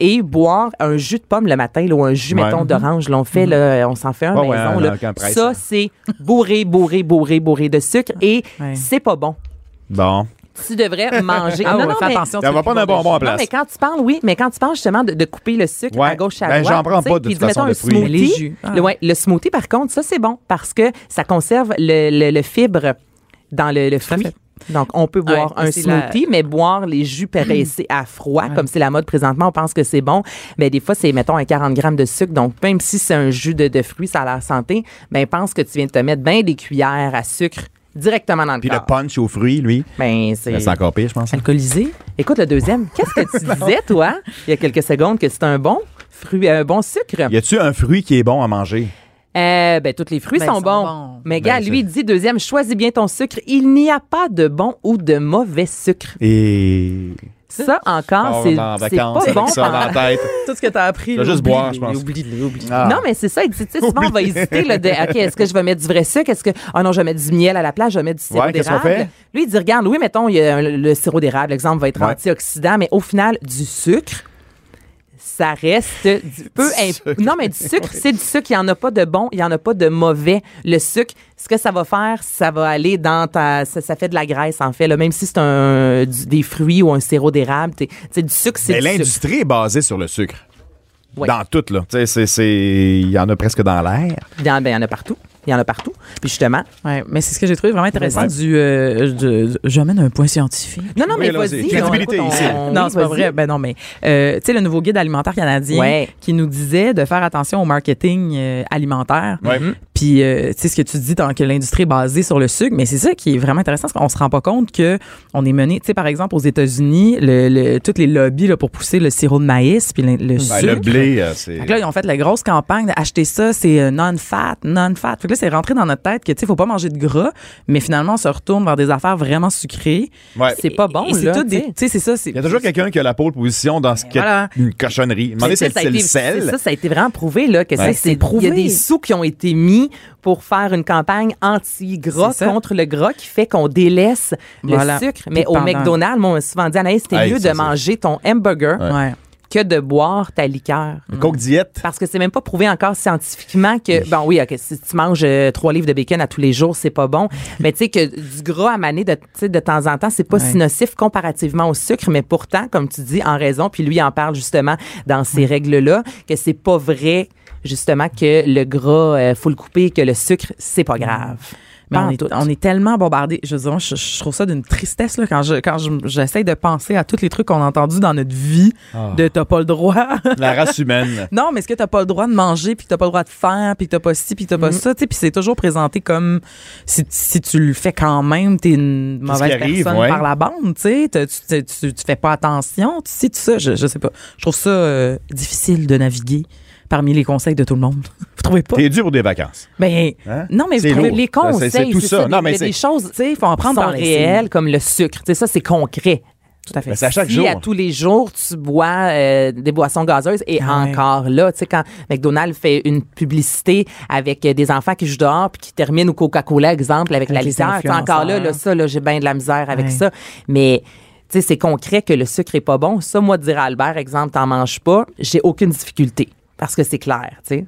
et boire un jus de pomme le matin là, ou un jus,
Ouais. Mm-hmm.
mettons, d'orange. Là, on fait, là, on s'en fait un
Ouais, ouais,
maison.
un-
là.
un presse,
Ça,
hein.
c'est bourré, bourré, bourré, bourré de sucre et
Ouais.
c'est pas bon.
Bon.
Tu devrais manger.
Ah,
Non,
ouais,
non,
fais
mais-
attention.
Ça va prendre un bonbon à
non,
place.
mais quand tu parles, oui, mais quand tu parles justement de, de couper le sucre
Ouais.
à gauche et à
Ben,
droite.
j'en prends
tu sais,
pas, de
puis
toute
dis, mettons, un
façon, de fruits.
Mais les
smoothie,
jus, ah.
Le, ouais, le smoothie, par contre, ça, c'est bon parce que ça conserve le, le- le fibre dans le, le
à
fruit. Donc, on peut boire
Ouais,
un
c'est la-
smoothie, mais boire les jus pressés à froid, comme c'est la mode présentement, on pense que c'est bon. Mais des fois, c'est, mettons, un 40 grammes de sucre. Donc, même si c'est un jus de, de fruits, ça a l'air santé, ben, pense que tu viens de te mettre bien des cuillères à sucre directement dans le
Puis le
corps.
punch aux fruits, lui,
Ben, c'est...
c'est encore pire, je pense.
Alcoolisé?
Écoute, le deuxième, qu'est-ce que tu disais, toi, il y a quelques secondes, que c'est un bon fruit, un bon sucre?
Y a-tu un fruit qui est bon à manger?
Euh, ben, tous les fruits
Ben,
sont,
ils sont
bons.
bons.
Mais gars,
Ben,
lui,
c'est-
il dit, deuxième, choisis bien ton sucre. Il n'y a pas de bon ou de mauvais sucre.
Et.
Ça, encore,
Oh,
Ah, c'est
on est
c'est
en
pas
vacances avec
bon.
ça dans la tête.
Tout ce que t'as appris.
Tu vas
là,
juste
oublie-le,
boire, je pense.
Oublie-le, oublie-le.
Ah.
Non, mais c'est ça. il dit, Tu sais, souvent, on va hésiter. Là, de, OK, est-ce que je vais mettre du vrai sucre? Est-ce que, ah non, je vais mettre du miel à la place, je vais mettre du sirop
Ouais, qu'est-ce qu'on
d'érable. Lui, il dit, regarde, oui, mettons, il y a un- le sirop d'érable, l'exemple, va être
Ouais.
antioxydant, mais au final, du sucre, ça reste du peu. imp-
sucre.
Non, mais du sucre, c'est du sucre. Il n'y en a pas de bon, il n'y en a pas de mauvais. Le sucre, ce que ça va faire, ça va aller dans ta. Ça, ça fait de la graisse, en fait. là. même si c'est un, du- des fruits ou un sirop d'érable, t'es- tu sais, du sucre, c'est
Mais
du sucre.
l'industrie est basée sur le sucre.
Ouais.
Dans tout, là. Tu sais, c'est- c'est- Il y en a presque dans l'air.
Il y en ben, il y en a partout. Il y en a partout. Puis justement,
Ouais, mais c'est ce que j'ai trouvé vraiment intéressant
Ouais.
du, euh, du- J'amène un point scientifique.
Non, non,
Oui,
mais
allons-y.
vas-y.
Crédibilité
on-
ici.
on-
non,
oui,
c'est
vas-y.
pas vrai. Ben non, mais euh, tu sais, le nouveau guide alimentaire canadien
Ouais.
qui nous disait de faire attention au marketing euh, alimentaire.
Ouais.
Mhm.
Puis, euh, tu sais, ce que tu dis, tant que l'industrie est basée sur le sucre, mais c'est ça qui est vraiment intéressant, parce qu'on se rend pas compte que on est mené, tu sais, par exemple, aux États-Unis, le, le- tous les lobbies là, pour pousser le sirop de maïs, puis le, le
Ben,
sucre.
le blé, euh, c'est.
Fait que là, ils ont fait la grosse campagne d'acheter ça, c'est euh, non-fat, non-fat. Fait que là, c'est rentré dans notre tête que, tu sais, faut pas manger de gras, mais finalement, on se retourne vers des affaires vraiment sucrées.
Ouais.
C'est pas bon,
Et c'est
là,
tout des-
tu sais.
Tu sais, c'est ça. c'est-
Il y a toujours quelqu'un qui a la pole position dans ce qu'est
voilà.
une cochonnerie. Demandez si
Ça, ça a
c'est le
été- c'est
sel.
Ça, ça a été vraiment prouvé là, que
Ouais.
c'est- c'est Il y
prouvé.
a des sous qui ont été mis pour faire une campagne anti-gras
C'est ça.
contre le gras qui fait qu'on délaisse
Voilà.
le sucre.
Puis
Mais au
pendant-
McDonald's, moi, on m'a souvent dit, Anaïs, c'était
Hey,
mieux
ça,
de
c'est-
manger ton hamburger
Ouais.
que de boire ta liqueur.
Coke diète.
Parce que c'est même pas prouvé encore scientifiquement que, bon, oui, OK, si tu manges euh, trois livres de bacon à tous les jours, c'est pas bon. Mais tu sais que du gras à maner de, tu sais, de temps en temps, c'est pas si nocif comparativement au sucre. Mais pourtant, comme tu dis, en raison, puis lui il en parle justement dans ces règles-là, que c'est pas vrai, justement, que le gras, euh, faut le couper, que le sucre, c'est pas grave.
Mais
Pas
on
en
est,
tout.
on est tellement bombardé. Je, veux dire, moi, je, je trouve ça d'une tristesse là, quand je quand je- j'essaie de penser à tous les trucs qu'on a entendus dans notre vie
Ah.
de t'as pas le droit.
La race humaine.
non, mais est-ce que t'as pas le droit de manger, puis que t'as pas le droit de faire, puis que t'as pas ci, puis que
Mm.
t'as pas ça, tu sais, puis c'est toujours présenté comme si, si tu le fais quand même, t'es une mauvaise
qui arrive,
personne
ouais.
par la bande, tu sais, t'as- tu, tu, tu- tu fais pas attention, tu sais, tout ça, je, je sais pas. Je trouve ça euh, difficile de naviguer parmi les conseils de tout le monde. Vous trouvez pas?
T'es dû pour des vacances.
Ben,
Hein?
non, mais
C'est
vous trouvez
lourd.
les
C'est-
conseils,
c'est tout ça.
des-
Non, mais c'est-
des choses, tu sais, faut en prendre
Sans
dans le
laisser.
réel, comme le sucre. Tu sais, ça, c'est concret.
tout à fait.
Ben, c'est à chaque
si
jour.
à tous les jours tu bois euh, des boissons gazeuses et
Ah ouais.
encore là, tu sais quand McDonald's fait une publicité avec euh, des enfants qui jouent dehors puis qui terminent au Coca-Cola exemple avec, la
les
litière, tu sais, encore là, là
influenceurs.
ça là, j'ai bien de la misère avec
Ouais.
ça, mais tu sais c'est concret que le sucre est pas bon. Ça moi de dire à Albert exemple t'en manges pas, j'ai aucune difficulté parce que c'est clair, tu sais.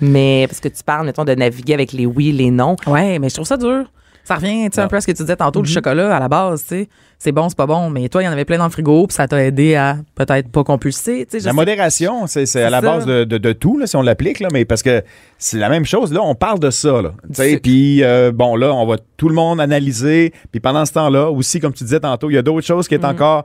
Mais parce que tu parles mettons de naviguer avec les oui, les non.
Ouais, mais je trouve ça dur. Ça revient tu sais, un peu à ce que tu disais tantôt, le chocolat à la base, tu sais, c'est bon, c'est pas bon, mais toi, il y en avait plein dans le frigo, puis ça t'a aidé à peut-être pas compulser. tu sais, je
La
sais-
modération, c'est c'est à
C'est
la
ça.
base de, de- de tout, là, si on l'applique, là, mais parce que c'est la même chose. Là, on parle de ça. Là, Tu sais,
sucre.
puis, euh, bon, là, on va tout le monde analyser. Puis pendant ce temps-là, aussi, comme tu disais tantôt, il y a d'autres choses
Mm.
qui est encore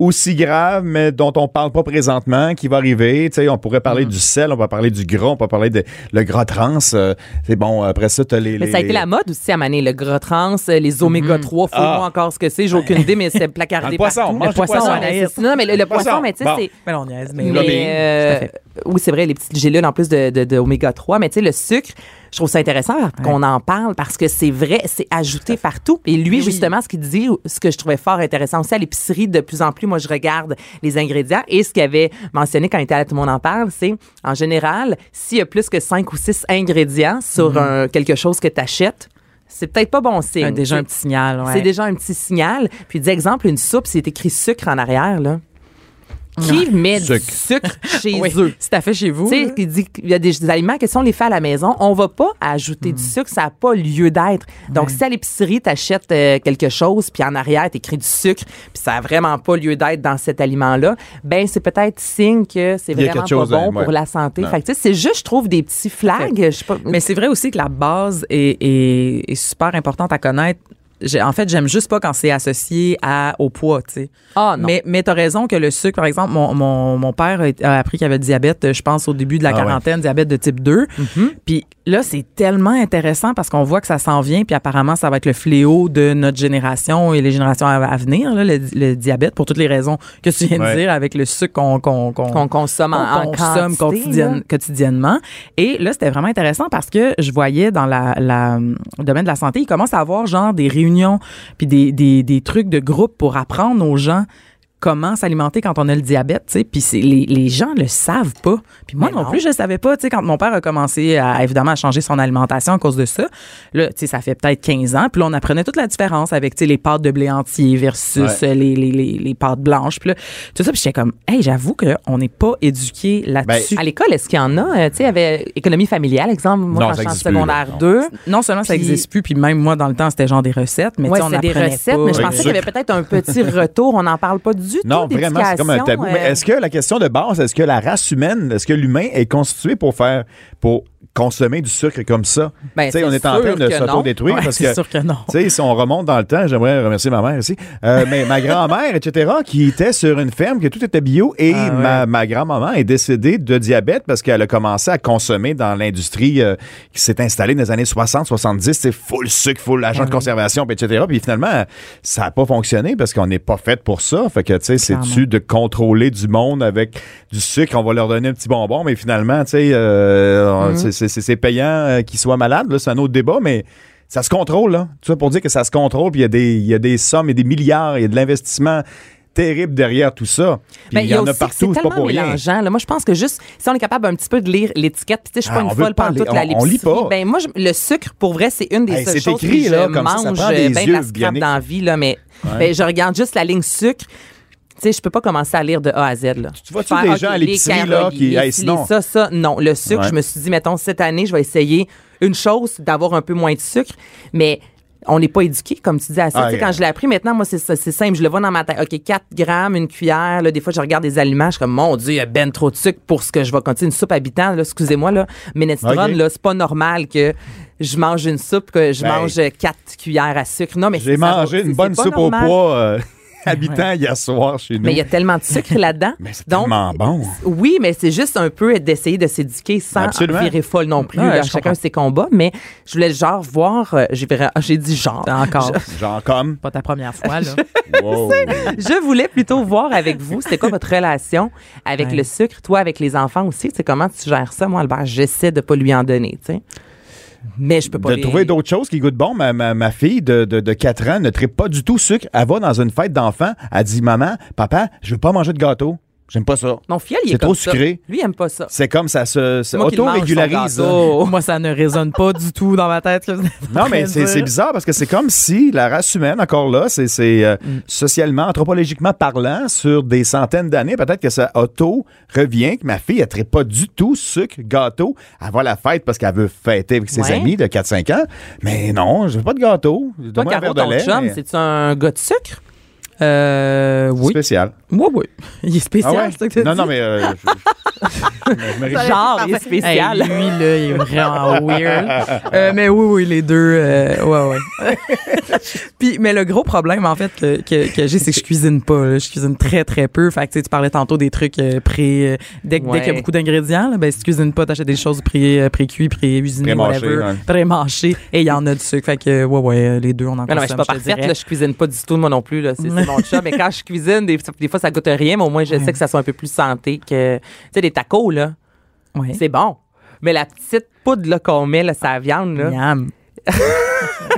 aussi graves, mais dont on parle pas présentement, qui va arriver. Tu sais, on pourrait
Mm.
parler du sel, on va parler du gras, on va parler de le gras trans. euh, c'est bon, après ça, tu les,
Mais
les-
ça a été
les-
la mode aussi à Mané, le gras trans, euh, les oméga 3, faut
Ah.
moi encore ce que c'est, j'ai aucune idée, mais c'est
Dans le
placardé
poisson,
partout.
mange du poisson,
Anaïs.
Anaïs.
Non, mais le, le poisson,
Poisson,
mais tu sais,
bon.
c'est...
Mais là, on niaise, mais.
Mais,
Lobbying.
euh,
Tout à fait.
oui, c'est vrai, les petites gélules en plus de, de, oméga 3, mais tu sais, le sucre, je trouve ça intéressant qu'on en parle parce que c'est vrai, c'est ajouté partout. Et lui, justement, ce qu'il dit, ce que je trouvais fort intéressant aussi à l'épicerie, de plus en plus, moi, je regarde les ingrédients et ce qu'il avait mentionné quand il était là, tout le monde en parle, c'est en général, s'il y a plus que 5 ou 6 ingrédients sur un- quelque chose que tu achètes, c'est peut-être pas bon signe.
Un- Mm-hmm. Ben, déjà un petit signal, ouais.
C'est déjà un petit signal. Puis d'exemple, une soupe, c'est écrit sucre en arrière, là. Qui met
Sucre.
du sucre chez
Oui,
eux?
Si t'as fait chez vous.
Tu sais,
là.
il dit qu'il y a des, des aliments que si on les fait à la maison, on va pas ajouter
Hmm.
du sucre, ça n'a pas lieu d'être. Donc, si à l'épicerie, tu achètes quelque chose, puis en arrière, tu écris du sucre, puis ça n'a vraiment pas lieu d'être dans cet aliment-là, ben c'est peut-être signe que c'est
Il y
vraiment
a
pas
quelque chose, hein,
bon
ouais.
pour la santé.
Non.
Fait que, tu sais, c'est juste, je trouve, des petits flags. Je sais pas,
Mais c'est vrai aussi que la base est, est- est super importante à connaître. J'ai- En fait, j'aime juste pas quand c'est associé à, au poids, tu sais.
Ah, non.
Mais, mais t'as raison que le sucre, par exemple, mon, mon, mon père a- a appris qu'il avait le diabète, je pense, au début de la
Ah ouais.
quarantaine, diabète de type 2.
Mm-hmm.
Puis là, c'est tellement intéressant parce qu'on voit que ça s'en vient, puis apparemment, ça va être le fléau de notre génération et les générations à, à venir, là, le, le diabète, pour toutes les raisons que tu viens
Ouais.
de dire avec le sucre qu'on- qu'on- qu'on-
qu'on consomme en, en
qu'on consomme
quantité,
quotidienne-
là.
quotidiennement. Et là, c'était vraiment intéressant parce que je voyais dans la, la- le domaine de la santé, ils commencent à avoir genre des réunions puis des, des, des trucs de groupe pour apprendre aux gens comment s'alimenter quand on a le diabète, tu sais, puis c'est- les, les gens le savent pas. Puis moi
Mais
non,
non.
plus, je le savais pas, tu sais, quand mon père a commencé à, évidemment, à changer son alimentation à cause de ça, là, tu sais, ça fait peut-être 15 ans, puis là, on apprenait toute la différence avec, tu sais, les pâtes de blé entier versus
Ouais.
euh, les, les, les, les pâtes blanches, puis là, tout ça, puis j'étais comme, hey, j'avoue qu'on n'est pas éduqué là-dessus.
Ben,
À l'école, est-ce qu'il y en a? euh, tu sais, avec économie familiale, exemple, moi,
Non,
quand je
ça
suis en
existe plus, là,
secondaire
non.
2,
non seulement ça
Puis-
n'existe plus, puis même moi, dans le temps, c'était genre des recettes, mais
ouais,
tu sais, on
c'est des
apprenait
recettes,
pas.
mais je
Oui.
pensais qu'il y avait peut-être un petit retour. On n'en parle pas du tout.
Non, vraiment, c'est comme un
d'éducation,
tabou. Mais
euh,
est-ce que la question de base, est-ce que la race humaine, est-ce que l'humain est constitué pour faire, pour consommer du sucre comme ça?
Ben,
Tu sais,
c'est
on est en
sûr
train de
que non.
s'autodétruire
Ouais,
parce
c'est
que.
sûr que non.
Tu sais, si on remonte dans le temps, j'aimerais remercier ma mère ici, euh, mais ma grand-mère, etc., qui était sur une ferme, que tout était bio, et ma, ma grand-maman est décédée de diabète parce qu'elle a commencé à consommer dans l'industrie euh, qui s'est installée dans les années 60, 70, c'est full sucre, full agent de conservation, puis etc. Puis finalement, ça n'a pas fonctionné parce qu'on n'est pas fait pour ça. Fait que, tu sais, c'est-tu de contrôler du monde avec du sucre, on va leur donner un petit bonbon, mais finalement, tu sais, euh, on- c'est- c'est c'est payant euh, qu'ils soient malades, là, c'est un autre débat, mais... Ça se contrôle, là. Tout ça pour dire que ça se contrôle, puis il y, a des- il y a des sommes et des milliards, il y a de l'investissement terrible derrière tout ça. Puis
Ben,
il y en
aussi
a
que
partout,
C'est
c'est pas
tellement
pour rien.
mélangeant. Là. Moi, je pense que juste, si on est capable un petit peu de lire l'étiquette, puis tu sais, je suis
Ah,
pas
on
une
veut
folle
pas
pantoute
lire.
là, à
On- on lit
l'épicerie.
pas.
Ben, moi, je- le sucre, pour vrai, c'est une des
Hey,
seules
c'est
choses
écrit,
que
là,
je
comme ça, ça
mange
prend
euh,
des
ben de
yeux,
la scrap
Vianney.
dans la vie, là, mais ben, je regarde juste la ligne sucre. Tu sais, je peux pas commencer à lire de A à Z. Là.
Tu vois-tu des gens à l'épicerie, là, qui- hey, sinon-
ça, ça, non. Le sucre,
Ouais.
je me suis dit, mettons, cette année, je vais essayer une chose, d'avoir un peu moins de sucre, mais on n'est pas éduqué, comme tu dis, à ça.
Ah,
Tu sais,
yeah.
quand je l'ai appris, maintenant, moi, c'est ça, c'est simple. Je le vois dans ma tête. OK, 4 grammes, une cuillère. Là, des fois, je regarde des aliments, je suis comme, mon Dieu, il y a ben trop de sucre pour ce que je vais continuer. Une soupe habitant, là, excusez-moi, là, minestrone,
Ok.
là, c'est pas normal que je mange une soupe, que je
Ben.
mange 4 cuillères à sucre. Non, mais
J'ai
ça va-
mangé
c'est-
une bonne
c'est pas
soupe
normal.
au poids euh, habitant hier soir chez nous.
Mais il y a tellement de sucre là-dedans.
Mais c'est
Donc,
tellement bon.
oui, mais c'est juste un peu d'essayer de s'éduquer sans
Absolument.
virer folle non plus.
Ouais,
là.
je
chacun
comprends.
ses combats, mais je voulais genre voir. euh, J'ai vra- j'ai dit genre.
Encore.
Genre comme.
Pas ta première fois, là.
Wow.
Je voulais plutôt voir avec vous, c'était quoi votre relation avec
Ouais.
le sucre, toi avec les enfants aussi. Tu sais, comment tu gères ça, moi, Albert? J'essaie de pas lui en donner, tu sais. Mais je peux pas.
de
les-
trouver d'autres choses qui goûtent bon. Ma, ma, ma fille de, de, de 4 ans ne tripe pas du tout sucre. Elle va dans une fête d'enfants. Elle dit Maman, papa, je veux pas manger de gâteau. J'aime pas ça.
Mon fiel, il est,
C'est trop
comme ça.
sucré.
Lui, il aime pas ça.
C'est comme ça se, se
Moi qui le mange,
autorégularise.
son gâteau. Oh.
Moi, ça ne résonne pas du tout dans ma tête. là.
Non, mais c'est c'est bizarre parce que c'est comme si la race humaine, encore là, c'est c'est, euh,
Mm.
socialement, anthropologiquement parlant, sur des centaines d'années, peut-être que ça auto-revient, que ma fille, elle ne pas du tout sucre, gâteau. Elle va à la fête parce qu'elle veut fêter avec ses
Ouais.
amis de 4-5 ans. Mais non, je veux pas de gâteau.
Toi,
Donne-moi un
Caro,
verre
ton
de lait.
chum,
mais
c'est-tu un gars de sucre?
Euh, oui.
Spécial.
Moi, oui. Il est
Ah
spécial,
ouais?
c'est ça que t'as
Non,
dit?
non, mais. euh, je- je- je me réjouis.
Genre, il est
Hey,
spécial.
lui, là, il est vraiment weird. Euh, mais oui, oui, les deux. euh, ouais, ouais. Puis, mais le gros problème, en fait, que, que, que j'ai, c'est que je cuisine pas. là. Je cuisine très, très peu. Fait que, tu sais, tu parlais tantôt des trucs euh, pré. euh, dès que- dès qu'il y a
Ouais.
beaucoup d'ingrédients, là, ben, si tu cuisines pas, t'achètes des choses pré, euh, pré-cuit, pré-usinées,
Pré-mâchées,
whatever.
ouais.
Pré-mâchées. Et il y en a du sucre. Fait que, ouais, ouais, euh, les deux, on en
Mais Ah non, mais je suis
consomme,
pas
je te
parfaite,
dirais.
là, je cuisine pas du tout, moi non plus, là. C'est c'est mon chat. Mais quand je cuisine, des, des fois, ça goûte rien, mais au moins, je sais que ça soit un peu plus santé que. Tu sais, des tacos, là,
Ouais.
c'est bon. Mais la petite poudre, là, qu'on met, là, sa viande, là.
Miam.
J'ai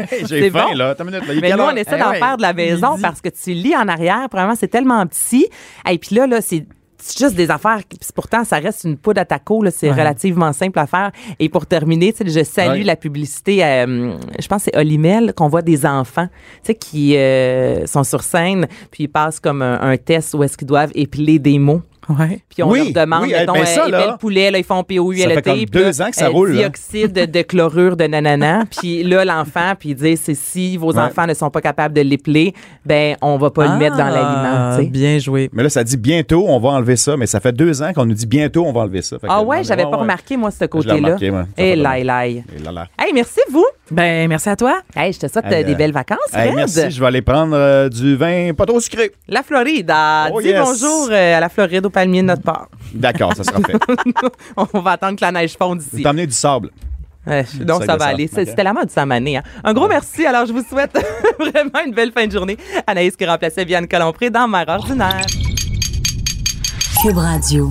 c'est
faim,
bon.
là. Attends une minute, là. Il est
Mais
quelle
nous, on
heure?
essaie
Eh
d'en
ouais.
faire de la maison
Midi.
parce que tu lis en arrière, probablement, c'est tellement petit. Et puis là, là, c'est c'est juste des affaires. qui- puis pourtant, ça reste une poudre à taco. là, C'est
Ouais.
relativement simple à faire. Et pour terminer, tu sais, je salue
Ouais.
la publicité. euh, je pense que c'est Olimel qu'on voit des enfants tu sais, qui euh, sont sur scène, puis ils passent comme un, un test où est-ce qu'ils doivent épeler des mots.
Ouais.
Puis on
Oui,
leur demande,
oui,
mettons,
ben ça,
euh,
là,
épelle poulet, là, ils font POULT.
ça fait comme
puis
deux
là,
ans que ça
euh,
roule, là.
Dioxyde de chlorure de nanana. puis là, l'enfant, puis ils disent, c'est si vos
Ouais.
enfants ne sont pas capables de l'épeler, ben, on va pas le mettre dans
Ah,
l'aliment, tu sais.
Bien joué.
Mais là, ça dit bientôt, on va enlever ça. Mais ça fait deux ans qu'on nous dit bientôt, on va enlever ça. Fait que
Ah
là,
ouais, j'avais
ouais,
pas
ouais.
remarqué, moi, ce côté-là.
remarqué, ouais. Ça
Eh,
fait
laï, laï.
Et là, là.
Hey, merci, vous.
Ben, merci à toi.
Hey, je te souhaite
Hey,
euh, des
euh,
belles vacances,
Hey,
Fred.
merci, je vais aller prendre euh, du vin pas trop sucré.
La Floride. ah,
Oh,
Dis
yes.
bonjour euh, à la Floride, au palmier de notre part.
D'accord, ça sera fait.
on va attendre que la neige fonde
Je vais
ici.
t'emmener du sable.
Ouais, donc,
Ça
ça va
gossant.
aller. C'est-
Ok.
C'était la mode de Samané. Hein. Un gros merci. Alors, je vous souhaite vraiment une belle fin de journée. Anaïs qui remplaçait Vianne Colompré dans Mère ordinaire.
Cube Radio.